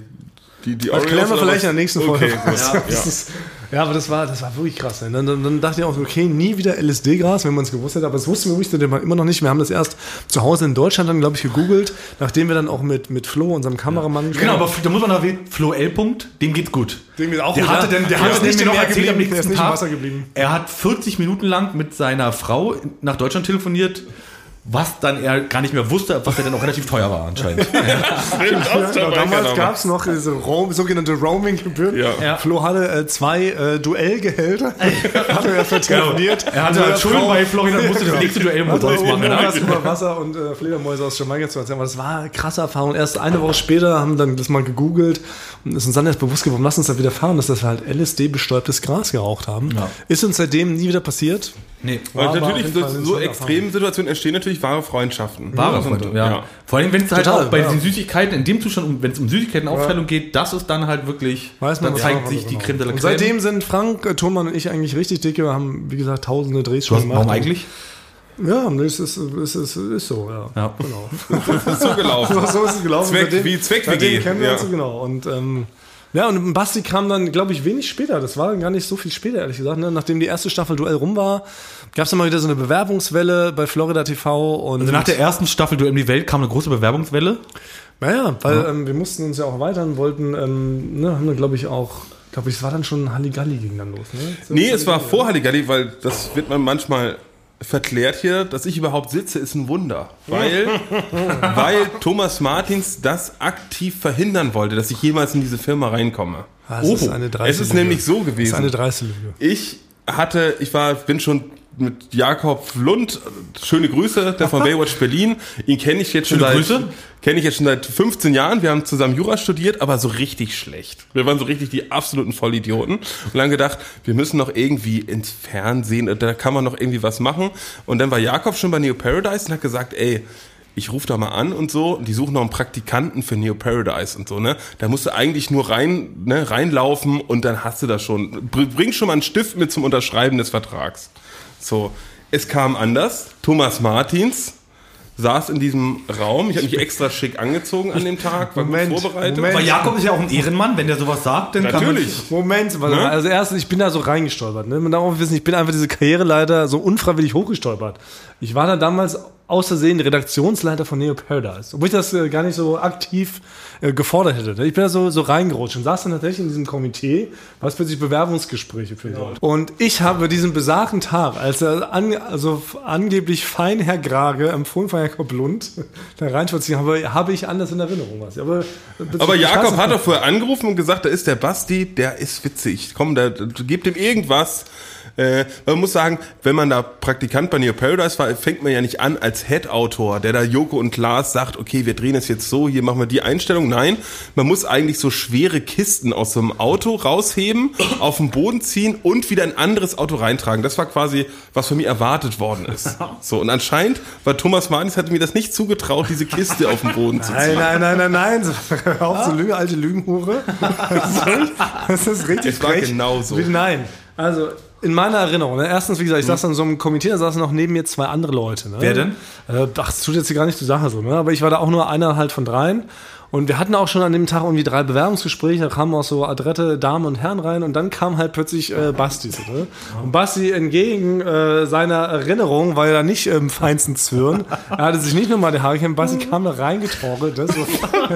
S3: die, die
S2: Das klären wir
S3: oder
S2: vielleicht
S3: was?
S2: in der nächsten Folge.
S3: Okay, gut.
S2: ja, <laughs> das ist, ja, aber das war, das war wirklich krass. Ne? Dann, dann, dann dachte ich auch, so, okay, nie wieder LSD-Gras, wenn man es gewusst hätte. Aber das wussten wir wirklich zu dem Mal immer noch nicht. Wir haben das erst zu Hause in Deutschland dann, glaube ich, gegoogelt, nachdem wir dann auch mit, mit Flo, unserem Kameramann,
S4: Genau, aber da muss man noch erwähnen, Flo L. Punkt, dem geht's gut.
S2: Dem geht's auch
S4: der
S2: gut,
S4: hatte
S2: ja.
S4: denn, der
S2: Der
S4: hat
S2: ist
S4: nämlich
S2: nicht im
S4: noch
S2: Meer
S4: erzählt am
S2: geblieben,
S4: nächsten
S2: der ist nicht im
S4: Tag.
S2: Wasser geblieben.
S4: Er hat 40 Minuten lang mit seiner Frau nach Deutschland telefoniert, was dann er gar nicht mehr wusste, was er dann auch relativ teuer war <laughs> anscheinend.
S3: Stimmt, aus der
S2: Genau, damals
S3: Balkanarme.
S2: gab es noch diese Roam, sogenannte Roaming-Gebühren.
S3: Ja.
S4: Ja.
S2: Flo hatte äh, zwei äh, Duellgehälter, hat er ja vertelefoniert.
S4: Genau. Er hatte halt Schulden bei Florida und musste das
S2: Genau.
S4: nächste Duell mit
S2: Hat
S4: uns machen.
S2: oben was
S4: ne?
S2: über Wasser und äh, Fledermäuse aus Jamaika zu erzählen. Aber das war eine krasse Erfahrung. Erst eine Woche später haben dann das mal gegoogelt und ist uns dann erst bewusst geworden, lass uns das wieder fahren, dass das wir halt LSD-bestäubtes Gras geraucht haben.
S4: Ja.
S2: Ist uns seitdem nie wieder passiert.
S4: Nee.
S3: Weil
S2: Aber auf
S3: natürlich
S2: jeden
S3: so,
S2: Fall eine
S3: so
S2: tolle
S3: extremen Situationen entstehen natürlich wahre Freundschaften.
S4: Wahre
S3: Und-
S4: Freunde, ja. Vor allem, wenn es halt
S2: Total,
S4: auch bei
S2: ja.
S4: den Süßigkeiten, in dem Zustand, wenn es um Süßigkeitenaufteilung geht, das ist dann halt wirklich, dann
S2: was
S4: zeigt
S2: drauf
S4: sich
S2: war,
S4: die
S2: genau.
S4: Creme de la
S2: Und
S4: Creme.
S2: seitdem sind Frank, äh, Thurmann und ich eigentlich richtig dicke. Wir haben, wie gesagt, tausende Drehs
S4: du
S2: schon
S4: hast, warum eigentlich?
S2: Ja, es ist, es ist, es ist so, ja.
S4: Ja.
S2: Genau.
S3: Das ist so gelaufen.
S2: <laughs> So, so ist es gelaufen.
S3: Zweck- wie Zweck
S2: seitdem
S3: WG,
S2: kennen wir
S3: ja.
S2: uns, genau. Und, ähm, ja, und Basti kam dann, glaube ich, wenig später. Das war gar nicht so viel später, ehrlich gesagt. Ne? Nachdem die erste Staffel Duell rum war, gab es dann mal wieder so eine Bewerbungswelle bei Florida TV. Und
S4: Also nach der ersten Staffel Duell um die Welt kam eine große Bewerbungswelle.
S2: Naja, weil Ähm, wir mussten uns ja auch erweitern, wollten, ähm, ne, haben dann, glaube ich, auch, glaube ich, es war dann schon Halligalli ging dann los. Ne? So-
S3: Nee, es war vor Halligalli, weil das wird man manchmal verklärt hier, dass ich überhaupt sitze, ist ein Wunder.
S2: <laughs>
S3: Weil, weil Thomas Martins das aktiv verhindern wollte, dass ich jemals in diese Firma reinkomme.
S2: Ah, es ist eine
S3: es ist
S2: Dreiste-
S3: nämlich so
S2: Das ist eine
S3: gewesen.
S2: dreiste Lüge.
S3: Ich hatte, ich war, bin schon mit Jakob Lund, schöne Grüße, der von Baywatch Berlin. Ihn kenne ich jetzt schon
S4: Schöne
S3: seit,
S4: Grüße.
S3: kenne ich jetzt schon seit 15 Jahren. Wir haben zusammen Jura studiert, aber so richtig schlecht. Wir waren so richtig die absoluten Vollidioten und dann gedacht, wir müssen noch irgendwie ins Fernsehen, da kann man noch irgendwie was machen. Und dann war Jakob schon bei Neo Paradise und hat gesagt, ey, ich rufe da mal an und so, die suchen noch einen Praktikanten für Neo Paradise und so, ne? Da musst du eigentlich nur rein, ne, reinlaufen und dann hast du das schon. Br- Bring schon mal einen Stift mit zum Unterschreiben des Vertrags. So, es kam anders. Thomas Martins saß in diesem Raum. Ich habe mich extra schick angezogen an dem Tag, war
S2: Moment,
S3: gut vorbereitet.
S2: Moment.
S4: Weil Jakob ist ja auch ein Ehrenmann, wenn der sowas sagt, dann
S3: Natürlich.
S2: Moment, warte
S3: Ne?
S2: mal. also erstens, ich bin da so reingestolpert. Ne? Man darf auch wissen, ich bin einfach diese Karriere leider so unfreiwillig hochgestolpert. Ich war da damals aus Versehen Redaktionsleiter von Neo Paradise, obwohl ich das äh, gar nicht so aktiv äh, gefordert hätte. Ne? Ich bin da so, so reingerutscht und saß dann tatsächlich in diesem Komitee, was plötzlich Bewerbungsgespräche führen sollte. Und ich habe diesen besagten Tag, als er an, also angeblich fein Herr Grage empfohlen von Jakob Lund <laughs> da reinspazieren, habe, habe ich anders in Erinnerung was. Aber, äh,
S3: Aber Jakob
S2: hat
S3: hat doch vorher angerufen und gesagt, da ist der Basti, der ist witzig. Komm, da, da gebt ihm irgendwas. Äh, man muss sagen, wenn man da Praktikant bei Neo Paradise war, fängt man ja nicht an als Head-Autor, der da Joko und Klaas sagt, okay, wir drehen es jetzt so, hier machen wir die Einstellung. Nein, man muss eigentlich so schwere Kisten aus so einem Auto rausheben, auf den Boden ziehen und wieder ein anderes Auto reintragen. Das war quasi, was von mir erwartet worden ist. So, und anscheinend war Thomas Martins, hatte mir das nicht zugetraut, diese Kiste auf den Boden zu ziehen.
S2: Nein, nein, nein, nein, nein. <laughs> Hör Auf
S3: Ah.
S2: zu Lüge, alte Lügenhure. Das ist richtig
S3: Es war
S2: frech.
S3: genau so. Hm.
S2: Wie- Nein. Also, in meiner Erinnerung. Ne? Erstens, wie gesagt, ich saß dann in so einem Komitee, da saßen noch neben mir zwei andere Leute. Ne?
S4: Wer denn?
S2: Äh, ach, das tut jetzt hier gar nicht zur Sache so, ne? Aber ich war da auch nur einer halt von dreien. Und wir hatten auch schon an dem Tag irgendwie drei Bewerbungsgespräche, da kamen auch so adrette Damen und Herren rein und dann kam halt plötzlich äh, Basti. So, ne? Und Basti entgegen äh, seiner Erinnerung war ja nicht im feinsten Zwirn. Er hatte sich nicht nur mal der Haare gekämmt, Basti kam da reingetorkelt, ne? so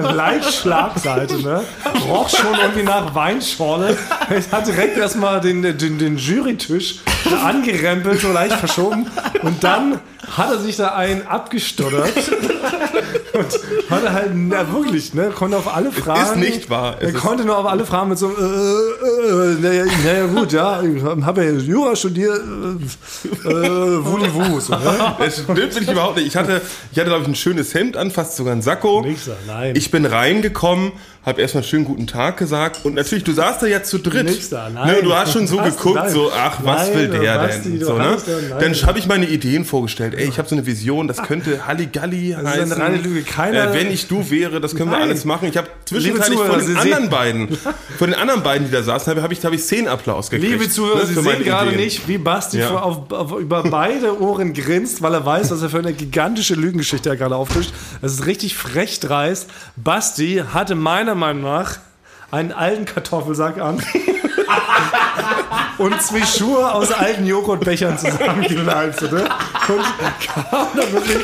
S2: <laughs> leicht Schlagseite, ne? roch schon irgendwie nach Weinschorle. Ich hatte direkt erstmal den, den, den Jurytisch angerempelt, so leicht verschoben und dann hat er sich da einen
S3: <laughs>
S2: abgestottert und hat er halt, na wirklich, ne, konnte auf alle Fragen.
S3: ist nicht wahr. Es
S2: Er
S3: ist-
S2: konnte nur auf alle Fragen mit so einem, äh, äh, naja, naja, gut, ja, habe ja Jura studiert, äh, äh, Wuli Wu, so, ne?
S3: <laughs> Das stimmt sich überhaupt nicht. Ich hatte, ich hatte glaube ich, ein schönes Hemd an, fast sogar ein Sakko.
S2: Nix, nein.
S3: Ich bin reingekommen, habe erstmal schönen guten Tag gesagt und natürlich, du saßt da ja zu dritt.
S2: Nix da, nein.
S3: Ne, du hast schon so
S2: Was?
S3: geguckt,
S2: Nein.
S3: so, ach, was
S2: Nein,
S3: will der
S2: Basti,
S3: denn?
S2: du
S3: So, ne?
S2: hast ja- nein.
S3: Dann habe ich meine Ideen vorgestellt. Ey, ich habe so eine Vision, das könnte Halligalli
S2: ist
S3: heißen.
S2: eine reine Lüge. Keiner-
S3: äh, wenn ich du wäre, das können
S2: Nein.
S3: wir alles machen. Ich habe zwischenzeitlich
S2: Zuhörer,
S3: von den
S2: Sie
S3: anderen
S2: sehen-
S3: beiden, von den anderen beiden, die da saßen, habe hab ich, hab ich zehn Applaus gekriegt.
S2: Liebe Zuhörer,
S3: ne,
S2: Sie
S3: für meine
S2: sehen gerade
S3: Ideen.
S2: nicht, wie Basti
S3: Ja.
S2: vor- auf, auf, über beide Ohren grinst, weil er weiß, was er für eine gigantische Lügengeschichte er gerade auftischt. Das ist richtig frech dreist. Basti hatte meiner Meinung nach einen alten Kartoffelsack an <laughs> und zwei Schuhe aus alten Joghurtbechern zusammengeleimt. Ne? Und kam da wirklich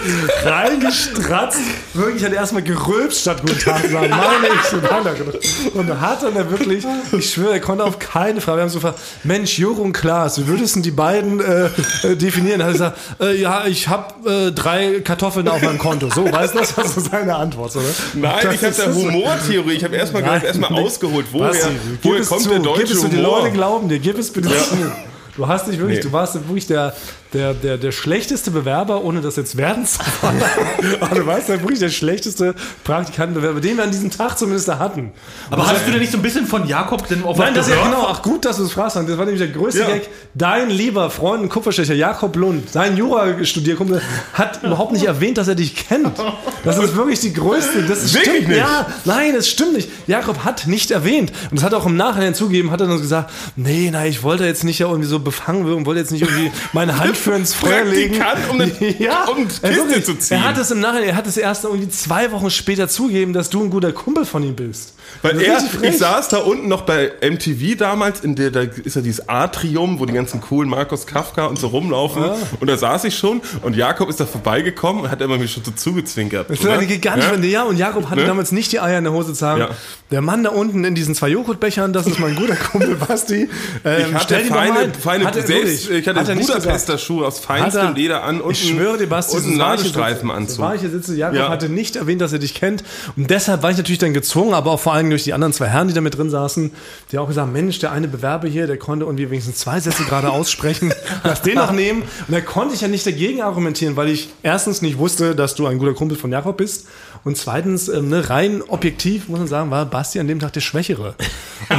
S2: reingestratzt. Wirklich hat er erstmal gerülpst statt Guten Tag sagen. Meine ich so weiter. Und hat dann da wirklich, ich schwöre, er konnte auf keine Frage. Wir haben so gefragt, Mensch, Jürgen und Klaas, wie würdest du denn die beiden äh, äh, definieren? Da hat er gesagt, äh, ja, ich habe äh, drei Kartoffeln auf meinem Konto. So, weißt du, das war so seine Antwort. So, ne?
S3: Nein,
S2: Das
S3: ich habe
S2: ist
S3: da
S2: es.
S3: Humortheorie. Ich habe erstmal gedacht,
S2: Nein.
S3: erstmal ausgeholt, woher,
S2: Basti, gib
S3: woher
S2: es
S3: kommt
S2: zu,
S3: der deutsche
S2: gib es zu,
S3: Humor?
S2: Die Leute glauben dir, gib es bitte zu. Du hast dich wirklich,
S3: Nee.
S2: du warst wirklich der, der, der, der schlechteste Bewerber, ohne das jetzt werden zu wollen.
S3: <laughs>
S2: Aber du warst halt wirklich der schlechteste Praktikantenbewerber, den wir an diesem Tag zumindest da hatten.
S4: Aber hattest du denn nicht so ein bisschen von Jakob denn auf
S2: Nein, das ist ja
S4: gehört?
S2: genau, ach gut, dass du es fragst, Hans. das war nämlich der größte
S3: Ja.
S2: Gag. Dein lieber Freund und Kupferstecher Jakob Lund, sein Jura-Studierkumpel,
S3: <laughs>
S2: hat überhaupt nicht erwähnt, dass er dich kennt. Das ist wirklich die größte, das ist
S3: Wirklich
S2: stimmt
S3: nicht?
S2: Ja, nein, das stimmt nicht. Jakob hat nicht erwähnt. Und das hat er auch im Nachhinein zugegeben, hat er uns gesagt, nee, nein, ich wollte jetzt nicht ja irgendwie so befangen wirken, wollte jetzt nicht irgendwie meine Hand für ins Feuer legen.
S3: <laughs> Praktikant,
S2: <laughs>
S3: um eine- um eine
S2: er
S3: Kiste
S2: wirklich.
S3: zu ziehen.
S2: Er hat es im Nachhinein, er hat es erst irgendwie zwei Wochen später zugegeben, dass du ein guter Kumpel von ihm bist.
S3: Weil
S2: Das ist
S3: er,
S2: richtig frech.
S3: ich saß da unten noch bei MTV damals, in der, da ist ja dieses Atrium, wo die ganzen coolen Markus Kafka und so rumlaufen.
S2: Ah.
S3: Und da saß ich schon und Jakob ist da vorbeigekommen und hat immer mir schon so zugezwinkert.
S2: Das war
S3: oder?
S2: eine gigantische ja? ja, und Jakob hatte
S3: Ne?
S2: damals nicht die Eier in der Hose zu sagen,
S3: Ja.
S2: der Mann da unten in diesen zwei Joghurtbechern, das ist mein guter Kumpel Basti. Ähm,
S3: ich hatte
S2: stell die doch mal
S3: feine,
S2: ein.
S3: feine
S2: Hat er
S3: selbst,
S2: wirklich?
S3: ich hatte
S2: Hat er nicht
S3: Budapester Schuhe aus
S2: Hat
S3: feinstem
S2: er-
S3: Leder an und
S2: ich schwöre dir, Basti,
S3: und einen
S2: das war hier Sitze- das
S3: Nadelstreifenanzug.
S2: war hier sitze. Jakob
S3: Ja.
S2: hatte nicht erwähnt, dass er dich kennt. Und deshalb war ich natürlich dann gezwungen, aber auch vor allem durch die anderen zwei Herren, die da mit drin saßen, die auch gesagt haben, Mensch, der eine Bewerber hier, der konnte irgendwie wenigstens zwei Sätze gerade
S3: <laughs>
S2: aussprechen. Lass den noch nehmen. Und da konnte ich ja nicht dagegen argumentieren, weil ich erstens nicht wusste, dass du ein guter Kumpel von Jakob bist. Und zweitens, ähm, ne, rein objektiv, muss man sagen, war Basti an dem Tag der
S3: <laughs>
S2: Schwächere.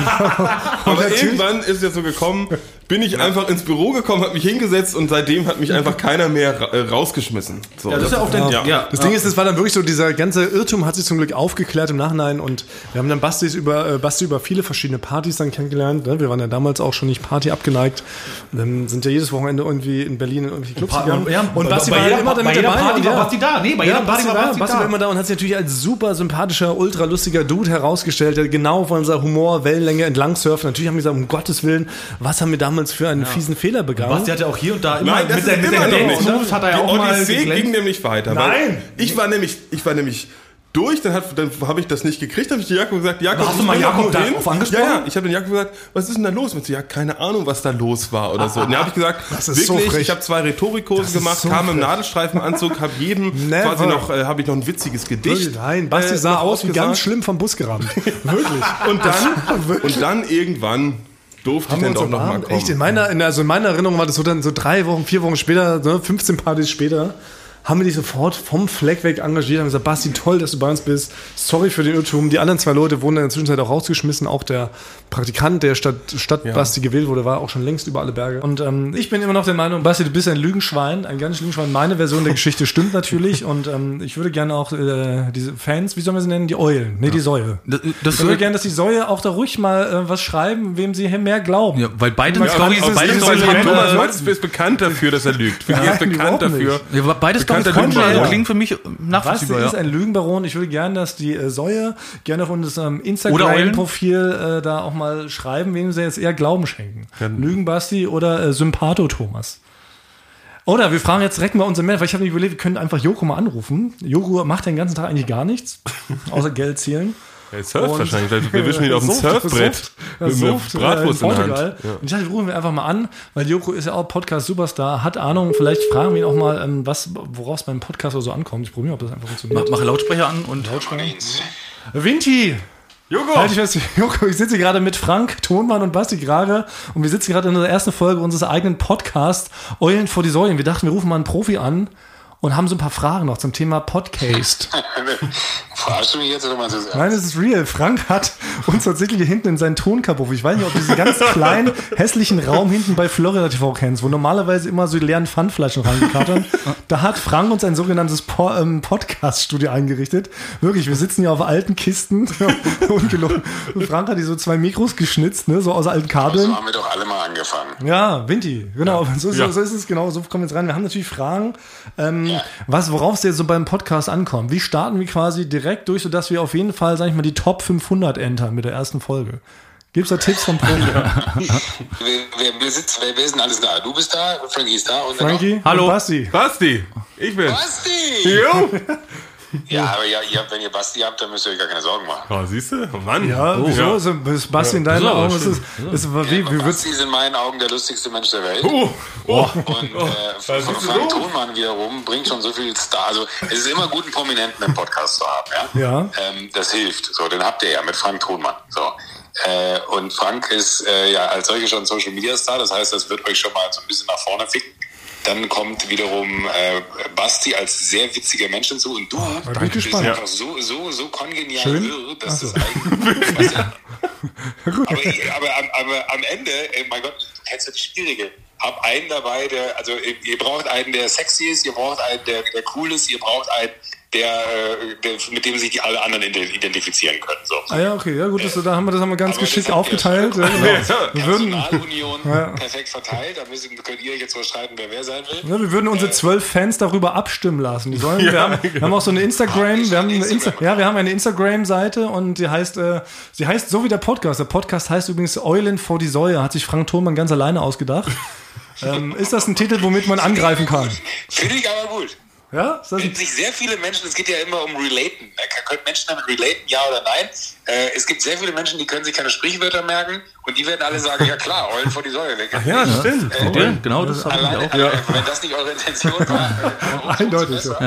S3: Aber
S2: natürlich-
S3: irgendwann ist es ja so gekommen, bin ich einfach ins Büro gekommen, habe mich hingesetzt und seitdem hat mich einfach keiner mehr ra- äh, rausgeschmissen. So,
S4: Ja, das ist ja auch dein- ja.
S2: Das Ding ist, es war dann wirklich so, dieser ganze Irrtum hat sich zum Glück aufgeklärt im Nachhinein und wir haben dann Bastis über, äh, Basti über viele verschiedene Partys dann kennengelernt. Ne? Wir waren ja damals auch schon nicht Party abgeneigt. Und dann sind ja jedes Wochenende irgendwie in Berlin in irgendwelche Clubs gegangen. und Basti war ja immer damit
S4: bei jeder
S2: dabei.
S4: Party
S2: und
S4: war
S2: ja.
S4: Basti da. Nee, bei
S2: Ja,
S4: jeder Party
S2: Basti
S4: war
S2: war,
S4: Basti
S2: Basti war immer
S4: da.
S2: da und hat sich natürlich als super sympathischer, ultra lustiger Dude herausgestellt, der genau von unserer Humor, Wellenlänge entlang surft. Natürlich haben wir gesagt, um Gottes Willen, was haben wir damals für einen fiesen Fehler begangen?
S4: Basti hat ja auch hier und da immer
S3: Nein, das
S4: mit
S3: ist
S4: seinen mit
S3: immer
S4: seinen
S3: noch
S4: Dance
S3: nicht.
S4: Moves hat er ja
S3: die
S4: auch mal
S3: Odyssee ging
S4: geglänzt.
S3: nämlich weiter.
S2: Nein!
S3: Weil ich war nämlich, ich war nämlich durch, dann, hat- dann habe ich das nicht gekriegt, habe ich den Jakob gesagt, Jakob,
S4: Hast du
S3: ich
S4: mal
S3: bin
S4: Jakob
S3: irgendwo hin.
S4: darauf angesprochen?
S3: Ja, ja, ich habe den Jakob gesagt, was ist denn da los? Und sie, ja, keine Ahnung, was da los war oder so. Und dann habe ich gesagt,
S2: Das ist
S3: wirklich,
S2: so frech.
S3: ich habe zwei Rhetorikkurse
S2: ist
S3: gemacht,
S2: so
S3: kam im Nadelstreifenanzug, habe jedem
S2: Never.
S3: quasi noch, äh, habe ich noch ein witziges Gedicht.
S2: Nein, Basti
S3: äh,
S2: sah
S3: noch
S2: aus wie ganz
S3: ausgesagt.
S2: schlimm vom Bus gerammt. Wirklich.
S3: Und dann, und dann irgendwann durfte ich dann doch noch mal
S2: umarmt?
S3: kommen.
S2: Echt, in meiner, in, also in meiner Erinnerung war das so dann so drei Wochen, vier Wochen später, ne, 15 Partys später, haben wir dich sofort vom Fleck weg engagiert, haben gesagt, Basti, toll, dass du bei uns bist. Sorry für den Irrtum. Die anderen zwei Leute wurden dann in der Zwischenzeit auch rausgeschmissen. Auch der Praktikant, der statt, statt Basti gewählt wurde, war auch schon längst über alle Berge. Und ähm, ich bin immer noch der Meinung, Basti, du bist ein Lügenschwein, ein ganz Lügenschwein. Meine Version der Geschichte stimmt natürlich. Und ähm, ich würde gerne auch äh, diese Fans, wie sollen wir sie nennen? Die Eulen, nee, die Säue.
S4: Das,
S2: Ich würde gerne, dass die Säue auch da ruhig mal äh, was schreiben, wem sie mehr glauben.
S4: ja, weil beide
S2: Ja, aber
S4: Stories,
S2: dieses-
S4: beide
S2: dieses
S4: Stories
S2: Element-
S4: haben
S2: Thomas
S3: Thomas
S2: Holz
S3: Holz ist bekannt dafür, dass er lügt. Für mich ist
S2: Nein,
S3: bekannt
S2: überhaupt nicht.
S3: dafür.
S4: Ja, aber beides
S3: Bekannter
S4: Stories konnten,
S3: Lügenbaron.
S4: also klingt für mich
S2: Was
S4: nachvollziehbar.
S2: ist
S4: ja.
S2: ein Lügenbaron? Ich würde gerne, dass die äh, Säue gerne auf unser ähm, Instagram-Profil äh, da auch mal schreiben, wem sie jetzt eher Glauben schenken. Lügenbasti oder äh, Sympatho-Thomas. Oder wir fragen jetzt direkt mal unseren Manager, weil ich habe mir überlegt, wir können einfach Joko mal anrufen. Joko macht den ganzen Tag eigentlich gar
S4: <laughs>
S2: nichts, außer Geld zählen.
S3: Er surft
S2: Und-
S3: wahrscheinlich.
S2: <laughs>
S3: weil Wir wischen ihn auf dem
S2: Sucht,
S3: Surfbrett.
S2: sucht,
S3: Mit einer
S2: sucht,
S3: Bratwurst
S2: äh,
S3: in
S2: in
S3: der
S2: Portugal.
S3: Hand.
S2: Und ich dachte, rufen wir einfach mal an, weil Joko ist ja auch Podcast-Superstar, hat Ahnung. Vielleicht fragen wir ihn auch mal, ähm, was, woraus beim Podcast oder so ankommt. Ich probiere, ob das einfach
S4: Mach,
S2: funktioniert.
S4: mache Lautsprecher an und
S2: Vinti!
S3: Joko!
S2: Halt dich fest, <laughs> Joko, ich sitze hier gerade mit Frank, Tonmann und Basti gerade und wir sitzen gerade in unserer ersten Folge unseres eigenen Podcasts Eulen vor die Säulen. Wir dachten, wir rufen mal einen Profi an und haben so ein paar Fragen noch zum Thema Podcast.
S6: Verarschst du mich jetzt oder meinst du das ernst?
S2: Nein, es ist real. Frank hat uns tatsächlich hier hinten in seinen Tonkabuff. Ich weiß nicht, ob du diesen ganz kleinen, hässlichen Raum hinten bei Florida TV kennst, wo normalerweise immer so die leeren Pfandflaschen reingekattern. Da hat Frank uns ein sogenanntes po ähm, Podcast-Studio eingerichtet. Wirklich, wir sitzen ja auf alten Kisten. <laughs> Ungelogen. Und Frank hat hier so zwei Mikros geschnitzt, ne, so aus alten
S6: So
S2: Kabeln.
S6: haben wir doch alle mal angefangen.
S2: Ja, Vinti, genau, so ist,
S3: Ja.
S2: so ist es, genau, so kommen wir jetzt rein. Wir haben natürlich Fragen, ähm, was, worauf es jetzt so beim Podcast ankommt. Wie starten wir quasi direkt durch, sodass wir auf jeden Fall, sag ich mal, die Top 500 entern mit der ersten Folge? Gibt's da Tipps vom Profi?
S6: Wer, wer, wer, sitzt, wer, wer ist denn alles da? Du bist da, Frankie ist da und dann
S2: Frankie?
S4: Hallo.
S2: Und Basti?
S3: Basti! Ich bin.
S6: noch- Basti!
S3: Jo!
S6: <laughs> Ja, aber ja, ihr habt, wenn ihr Basti habt, dann müsst ihr euch gar keine Sorgen machen.
S3: Oh, siehst du? Mann.
S2: Ja,
S3: Oh,
S2: wieso?
S3: ja.
S2: So, ist Basti in deinen
S3: Ja,
S2: Augen? Ist,
S3: stimmt.
S2: ist, ist, wie, wie wird's?
S6: Basti ist in meinen Augen der lustigste Mensch der Welt.
S3: Oh, oh.
S6: Und äh,
S3: ist denn
S6: Frank
S3: los?
S6: Thunmann wiederum bringt schon so viel Star. Also es ist immer gut, einen Prominenten im Podcast zu haben. Ja?
S2: Ja.
S6: Ähm, das hilft. So, den habt ihr ja mit Frank Thunmann. So. Äh, und Frank ist äh, ja als solcher schon Social Media Star. Das heißt, das wird euch schon mal so ein bisschen nach vorne ficken. Dann kommt wiederum äh, Basti als sehr witziger Mensch hinzu und du
S2: Oh, bin ich
S6: bist
S2: gespannt.
S6: einfach so, so, so kongenial
S2: Schön.
S6: wirr, dass Also, das
S2: <laughs>
S6: eigentlich. Was ja, aber, ich- aber, am- aber am Ende, äh, mein Gott, du kennst ja die Schwierige. Hab einen dabei, der, also äh, ihr braucht einen, der sexy ist, ihr braucht einen, der, der cool ist, ihr braucht einen, der, äh, der mit dem sich die alle anderen ident- identifizieren können. So.
S2: Ah ja, okay, ja gut, das, da haben wir das haben wir ganz
S6: Aber
S2: geschickt
S6: das habt ihr
S2: aufgeteilt. Ja,
S3: <laughs>
S2: genau. wir, würden, <laughs>
S6: Personalunion perfekt verteilt, da müssen, könnt ihr jetzt mal schreiben, wer wer sein will.
S2: ne, wir würden unsere zwölf Fans darüber abstimmen lassen. Die sollen, wir, haben, wir haben auch so eine Instagram, wir haben eine Insta, ja, wir haben eine Instagram-Seite und die heißt, äh, sie heißt so wie der Podcast. Der Podcast heißt übrigens Eulen vor die Säue, hat sich Frank Thurmann ganz alleine ausgedacht. ähm, ist das ein Titel, womit man angreifen kann?
S6: Finde ich aber gut.
S2: Ja? Ist das ein
S6: Wenn sich sehr viele Menschen, es geht ja immer um Relaten. ne? Können Menschen damit relaten, ja oder nein? Äh, es gibt sehr viele Menschen, die können sich keine Sprichwörter merken und die werden alle sagen, ja klar, Eulen vor die Säule. Wer kennt's
S3: Ja,
S6: nicht?
S3: stimmt.
S6: Äh,
S4: ja, ne? genau, das habe ich
S6: Allein,
S4: auch.
S6: äh, Wenn das nicht eure Intention war, äh, umso-
S2: Eindeutig,
S6: umso besser.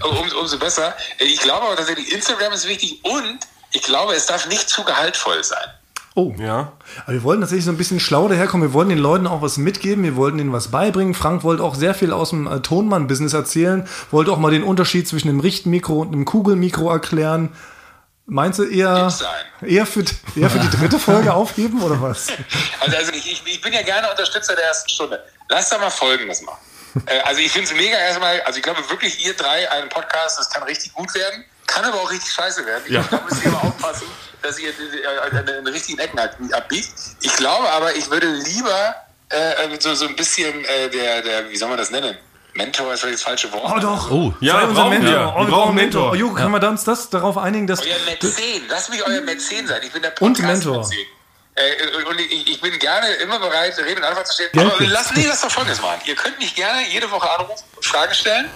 S4: Ja.
S6: Um, umso besser. Äh, Ich glaube aber tatsächlich, Instagram ist wichtig und ich glaube, es darf nicht zu gehaltvoll sein.
S2: Oh.
S3: Ja.
S2: Aber wir wollten tatsächlich so ein bisschen schlau daherkommen. Wir wollten den Leuten auch was mitgeben. Wir wollten denen was beibringen. Frank wollte auch sehr viel aus dem äh, Tonmann-Business erzählen. Wollte auch mal den Unterschied zwischen einem Richtmikro und einem Kugelmikro erklären. Meinst du eher,
S6: Tipps sein.
S2: eher, für, eher für die dritte Folge aufheben oder was?
S6: Also, also ich, ich, ich bin ja gerne Unterstützer der ersten Stunde. Lass da mal Folgendes machen. Äh, Also ich finde es mega erstmal, also ich glaube wirklich, ihr drei einen Podcast, das kann richtig gut werden, kann aber auch richtig scheiße werden. Ich
S3: Ja.
S6: glaube, Da müsst ihr aber aufpassen, dass ihr äh, äh, in den richtigen Ecken ab- abbiegt. Ich glaube aber, ich würde lieber äh, so, so ein bisschen äh, der, der, wie soll man das nennen? Mentor ist vielleicht das falsche Wort.
S2: <laughs> Oh doch.
S4: Oh.
S3: Ja,
S2: Sei unser
S3: brauchen wir.
S2: Mentor. Oh,
S3: Wir
S2: wir
S3: brauchen
S2: brauchen Mentor.
S3: Mentor.
S2: Oh, Joko, kann man uns das darauf einigen, dass...
S6: Euer Mäzen, lasst mich euer Mäzen sein. Ich bin der
S2: Und
S6: Podcast
S2: Mentor.
S6: Mäzen. Äh, und- und ich, ich bin gerne immer bereit, Rede und Antwort zu stellen.
S2: Geld
S6: Aber
S2: gibt's.
S6: lasst, nee, lasst doch Folgendes machen. Ihr könnt mich gerne jede Woche anrufen und Fragen stellen.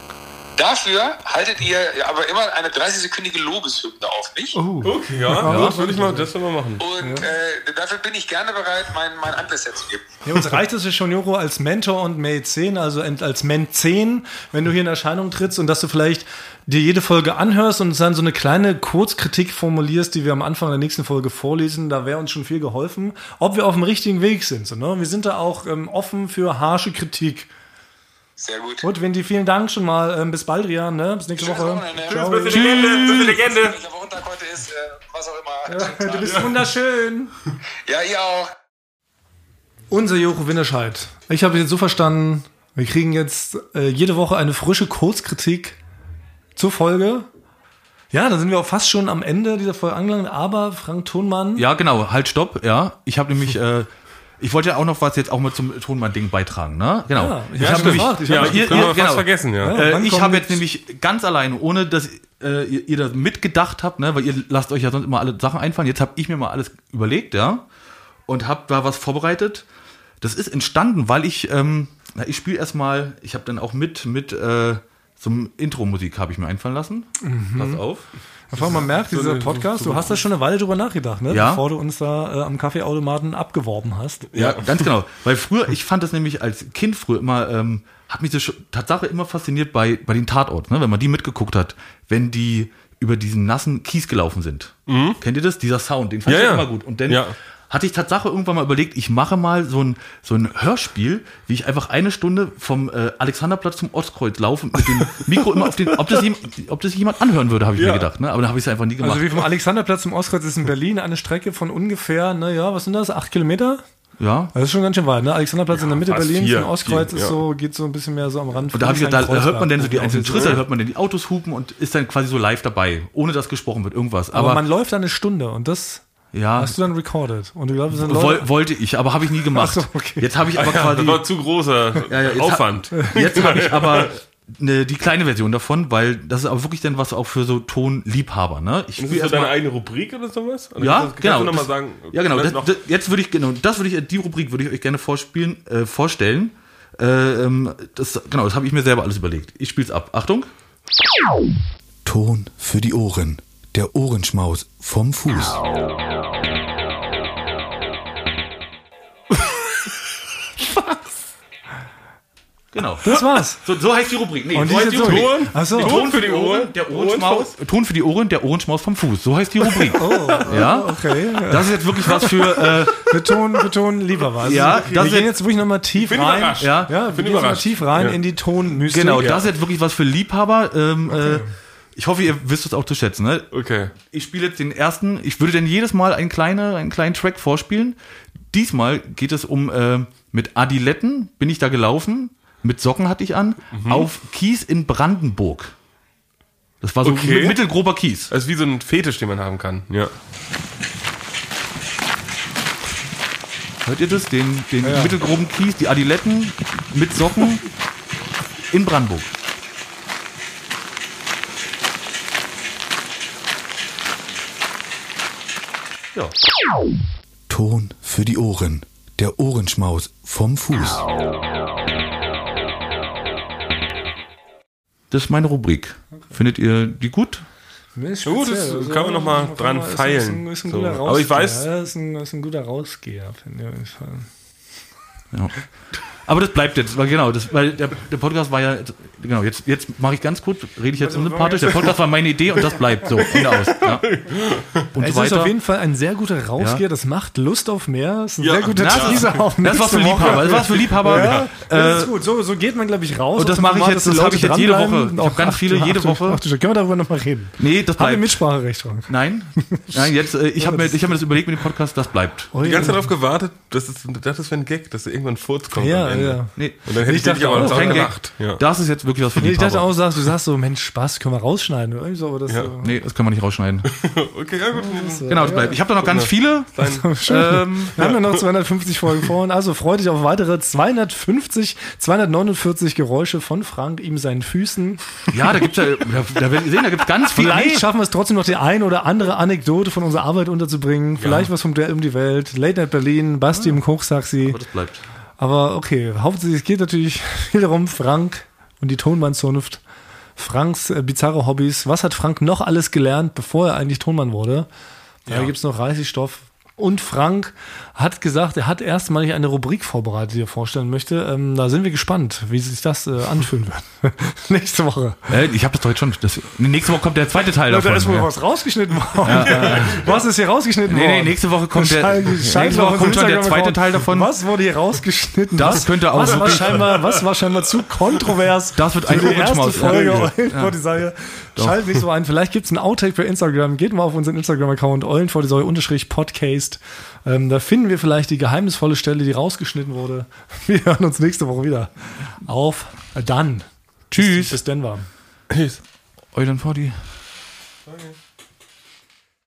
S6: Dafür haltet ihr aber immer eine 30-sekündige Lobeshymne auf mich.
S2: Oh,
S3: Okay, ja. Das würde ich mal, das mal machen.
S6: Und äh, dafür bin ich gerne bereit, mein, mein Anlässer zu geben.
S2: Ja, uns reicht es ja schon, Joko, als Mentor und Mäzen, also ent- als Menzen, wenn du hier in Erscheinung trittst und dass du vielleicht dir jede Folge anhörst und dann so eine kleine Kurzkritik formulierst, die wir am Anfang der nächsten Folge vorlesen, da wäre uns schon viel geholfen, ob wir auf dem richtigen Weg sind. So, ne? Wir sind da auch ähm, offen für harsche Kritik.
S6: Sehr gut.
S2: Gut, Windy, vielen Dank schon mal. Ähm, bis bald, Rian. Ne? Bis nächste
S6: Schönes
S2: Woche.
S6: Wochenende.
S2: Ciao.
S6: Bis
S2: Tschüss.
S7: Legende, bis Legende.
S6: Welcher Wochentag heute ist, äh, was auch immer.
S2: Du bist wunderschön.
S6: Ja, ihr auch.
S2: Unser Jochen Winterscheid. Ich habe jetzt so verstanden, wir kriegen jetzt äh, jede Woche eine frische Kurzkritik zur Folge. Ja, da sind wir auch fast schon am Ende dieser Folge angelangt, aber Frank Thunmann.
S1: Ja, genau, halt, stopp, ja. Ich habe nämlich, äh, ich wollte ja auch noch was jetzt auch mal zum Tonmann-Ding beitragen, ne? Genau.
S2: Ja, ich
S1: Ja,
S2: hab
S1: stimmt.
S2: gefragt, ich hab
S3: Ja,
S1: Ja,
S3: ihr,
S1: ihr,
S3: haben wir
S1: ihr,
S3: fast
S1: genau.
S3: vergessen, ja.
S2: Ja, wann
S1: Äh, ich
S2: kommt
S1: habe
S2: jetzt-
S1: jetzt nämlich ganz allein, ohne dass äh, ihr, ihr da mitgedacht habt, ne, weil ihr lasst euch ja sonst immer alle Sachen einfallen. Jetzt habe ich mir mal alles überlegt, ja, und habe da was vorbereitet. Das ist entstanden, weil ich, ähm, na, ich spiele erstmal, ich habe dann auch mit, mit äh, so einem Intro-Musik habe ich mir einfallen lassen.
S2: Mhm.
S1: Pass auf.
S2: Einfach man merkt, dieser Podcast, du hast da schon eine Weile drüber nachgedacht, ne?
S1: Ja.
S2: bevor du uns da äh, am Kaffeeautomaten abgeworben hast.
S1: Ja, ganz genau. Weil früher, ich fand das nämlich als Kind früher immer, ähm, hat mich das schon, Tatsache immer fasziniert bei, bei den Tatorten, ne? wenn man die mitgeguckt hat, wenn die über diesen nassen Kies gelaufen sind. Kennt ihr das? Dieser Sound, den fand
S3: Mhm. Ja,
S1: ich
S3: ja.
S1: immer gut. Und dann
S3: Ja.
S1: hatte ich Tatsache irgendwann mal überlegt, ich mache mal so ein, so ein Hörspiel, wie ich einfach eine Stunde vom äh, Alexanderplatz zum Ostkreuz laufe mit dem Mikro immer auf den, ob das, jem- ob das jemand anhören würde, habe ich mir gedacht. Ne? Aber da habe ich es einfach nie gemacht.
S2: Also wie vom Alexanderplatz zum Ostkreuz ist in Berlin eine Strecke von ungefähr, naja, was sind das, acht Kilometer?
S1: ja.
S2: Das ist schon ganz schön weit, ne? Alexanderplatz in der Mitte
S3: fast
S2: Berlins,
S3: vier,
S2: und Ostkreuz
S3: vier,
S2: ist
S3: ja.
S2: so, geht so ein bisschen mehr so am Rand.
S1: Und da, hab ich, gedacht, da, da hört man dann so die
S2: Kreuzberg.
S1: einzelnen Schritte, da hört man dann die Autos hupen und ist dann quasi so live dabei, ohne dass gesprochen wird, irgendwas.
S2: Aber
S1: Aber,
S2: man läuft dann eine Stunde und das
S1: ja,
S2: hast du dann recorded. Und du glaubst, es sind Leute.
S1: woll, wollte ich, aber habe ich nie gemacht.
S2: Ach so, okay. Ah
S1: Jetzt habe ich aber
S3: Ja, das
S1: quasi,
S3: war zu großer
S1: ja, jetzt
S3: Aufwand.
S1: Ha, jetzt habe
S2: <laughs>
S3: <laughs>
S1: ich aber ne, die kleine Version davon, weil das ist aber wirklich dann was auch für so Tonliebhaber. Ne? Ich
S3: Ist
S1: spiel
S3: das so
S1: erst mal-
S3: deine eigene Rubrik oder sowas? Oder
S1: ja,
S3: kannst du-
S1: genau.
S3: Kannst du nochmal
S1: das-
S3: sagen? ne,
S1: ja, genau. Das,
S3: noch-
S1: das, jetzt würde ich genau, das würde ich die Rubrik würde ich euch gerne vorspielen, äh, vorstellen. Äh, ähm, das, genau, das habe ich mir selber alles überlegt. Ich spiel's ab. Achtung.
S8: Ton für die Ohren. Der Ohrenschmaus vom Fuß.
S1: <laughs> Genau.
S2: Das war's.
S1: So, so heißt die Rubrik. Nee,
S2: Und die
S1: so heißt
S2: sind so-
S1: Rubrik.
S2: Ach so.
S1: Ton,
S2: Ton
S1: für die Ohren, der Ohrenschmaus. Ton für die Ohren, der Ohrenschmaus vom Fuß. So heißt die Rubrik. ja.
S2: Okay.
S1: Das ist jetzt wirklich was für. äh,
S2: Betonen, betonen, lieber was.
S1: Ja,
S2: wir
S1: das
S2: gehen
S1: jetzt-
S2: jetzt wirklich nochmal tief
S3: bin
S2: rein.
S3: überrascht.
S1: Ja.
S2: ja, wir
S3: Bin
S2: gehen jetzt mal
S3: überrascht.
S2: tief rein
S3: Ja.
S2: in die
S1: Äh,
S2: Tonmystik.
S1: genau, das ist jetzt wirklich was für Liebhaber. Ähm, äh, ich hoffe, ihr wisst es auch zu schätzen. Ne?
S3: Okay.
S1: Ich spiele jetzt den ersten. Ich würde dann jedes Mal einen, kleine, einen kleinen Track vorspielen. Diesmal geht es um äh, mit Adiletten bin ich da gelaufen. Mit Socken hatte ich an. Auf Kies in Brandenburg. Das war so
S3: Okay.
S1: mi- mittelgrober Kies.
S3: Also wie so ein Fetisch, den man haben kann. Ja.
S1: Hört ihr das? Den, den mittelgroben Kies, die Adiletten mit Socken in Brandenburg. Ja.
S8: Ton für die Ohren. Der Ohrenschmaus vom Fuß.
S1: Das ist meine Rubrik. Findet ihr die gut?
S2: ist
S3: Ja, gut, das
S2: speziell.
S3: kann man noch mal
S2: auf
S3: dran
S2: einmal ist-
S3: feilen.
S2: Ist ein, ist ein
S3: So.
S2: guter Rausgeher.
S3: Aber ich weiß-
S2: Ja, ist ein, ist ein guter Rausgeher, finde ich.
S1: Ja. Aber das bleibt jetzt, weil genau, das, weil der, der Podcast war ja, genau, jetzt, jetzt mache ich ganz kurz, rede ich jetzt
S3: Also,
S1: unsympathisch, der Podcast war meine Idee und das bleibt so, Ende aus.
S3: <laughs>
S1: Ja. Und
S2: Es
S1: so
S2: ist
S1: weiter.
S2: auf jeden Fall ein sehr guter Rausgeher,
S1: Ja.
S2: das macht Lust auf mehr. Das ist ein
S3: Ja.
S2: sehr guter
S1: Na, das-
S2: Teaser auf
S1: das war für
S2: nächste Woche.
S1: Liebhaber, das war für Liebhaber.
S2: Ja,
S1: Äh,
S2: das ist gut. So, so geht man, glaube ich, raus.
S1: und
S2: aus
S1: das
S2: dem
S1: mache ich
S2: Format,
S1: jetzt- das
S2: dass
S1: habe
S2: Leute
S1: ich jetzt jede
S2: dranbleiben.
S1: Woche. Ich habe
S2: Auch
S1: ganz
S2: acht-
S1: viele jede
S2: acht-
S1: Woche.
S2: acht- Können wir darüber nochmal reden?
S1: nee, das
S2: Haben wir
S1: bleibt.
S2: Mitspracherecht dran?
S1: Nein, nein, jetzt, äh, ich habe mir, ich hab mir das überlegt mit dem Podcast, das bleibt.
S3: Die ganze Zeit darauf gewartet, dass es, das ist ein Gag, dass da irgendwann ein Furz kommt.
S2: Ja,
S3: am Ende.
S2: ja.
S1: Nee,
S3: Und dann hätte
S2: Ich
S3: ich, den
S2: dachte
S3: nicht
S2: auch,
S3: aber
S2: das
S3: auch
S2: ist kein
S3: gemacht. Ja. <laughs>
S1: Das ist jetzt wirklich was für
S2: Nee,
S1: die
S2: ich dachte auch, sagst, du sagst so, Mensch, Spaß, können wir rausschneiden. Irgendwie so, aber das
S3: Ja.
S2: so.
S1: Nee, das kann man nicht
S2: <laughs>
S1: rausschneiden.
S3: Okay, ja gut.
S2: so.
S1: Genau, das bleibt. Ich habe da noch ganz viele.
S2: <laughs> Schön.
S1: Ähm,
S2: Wir haben ja noch 250 Folgen vor und also freut dich auf weitere 250, 249 Geräusche von Frank, ihm
S1: <laughs>
S2: seinen Füßen.
S1: ja, da gibt's ja, da, da werdet ihr sehen, da gibt's ganz viele.
S2: Vielleicht schaffen wir es trotzdem noch, die ein oder andere Anekdote von unserer Arbeit unterzubringen. Vielleicht was vom Duell um die Welt, Late Night Berlin, Basti im Kochsaxi.
S1: Aber das bleibt.
S2: Aber okay, hauptsächlich es geht natürlich <laughs> viel darum, Frank und die Tonmannzunft. Franks äh, bizarre Hobbys. Was hat Frank noch alles gelernt, bevor er eigentlich Tonmann wurde? Da gibt's noch reißig Stoff. Und Frank hat gesagt, er hat erstmalig eine Rubrik vorbereitet, die er vorstellen möchte. Ähm, da sind wir gespannt, wie sich das äh, anfühlen wird. <laughs> Nächste Woche.
S1: Äh, ich habe das heute schon. Das, nächste Woche kommt der zweite Teil
S2: Da
S1: davon.
S2: ist wohl
S1: ja.
S2: was rausgeschnitten worden. Was ist hier rausgeschnitten
S1: Nee,
S2: worden?
S1: nee, nächste Woche kommt der-
S2: Schein-
S1: nächste
S2: scheinbar
S1: Woche
S2: auf
S1: kommt schon der
S2: Instagram-Account.
S1: zweite Teil davon.
S2: Was wurde hier rausgeschnitten?
S1: Das
S2: was,
S1: könnte auch
S2: was war,
S1: wirklich-
S2: scheinbar, was war scheinbar zu kontrovers.
S1: Das wird
S2: für
S1: ein
S2: die
S1: Orange
S2: erste
S1: Maus.
S2: Folge.
S1: Ja.
S2: Ja. Ja. Schaltet nicht so ein. Vielleicht gibt es ein Outtake für Instagram. Geht mal auf unseren Instagram-Account eulenvordesäue-podcast. Ähm, da finden wir vielleicht die geheimnisvolle Stelle, die rausgeschnitten wurde. Wir hören uns nächste Woche wieder. Auf dann. Tschüss. Bis Denver.
S1: Eulen vor die.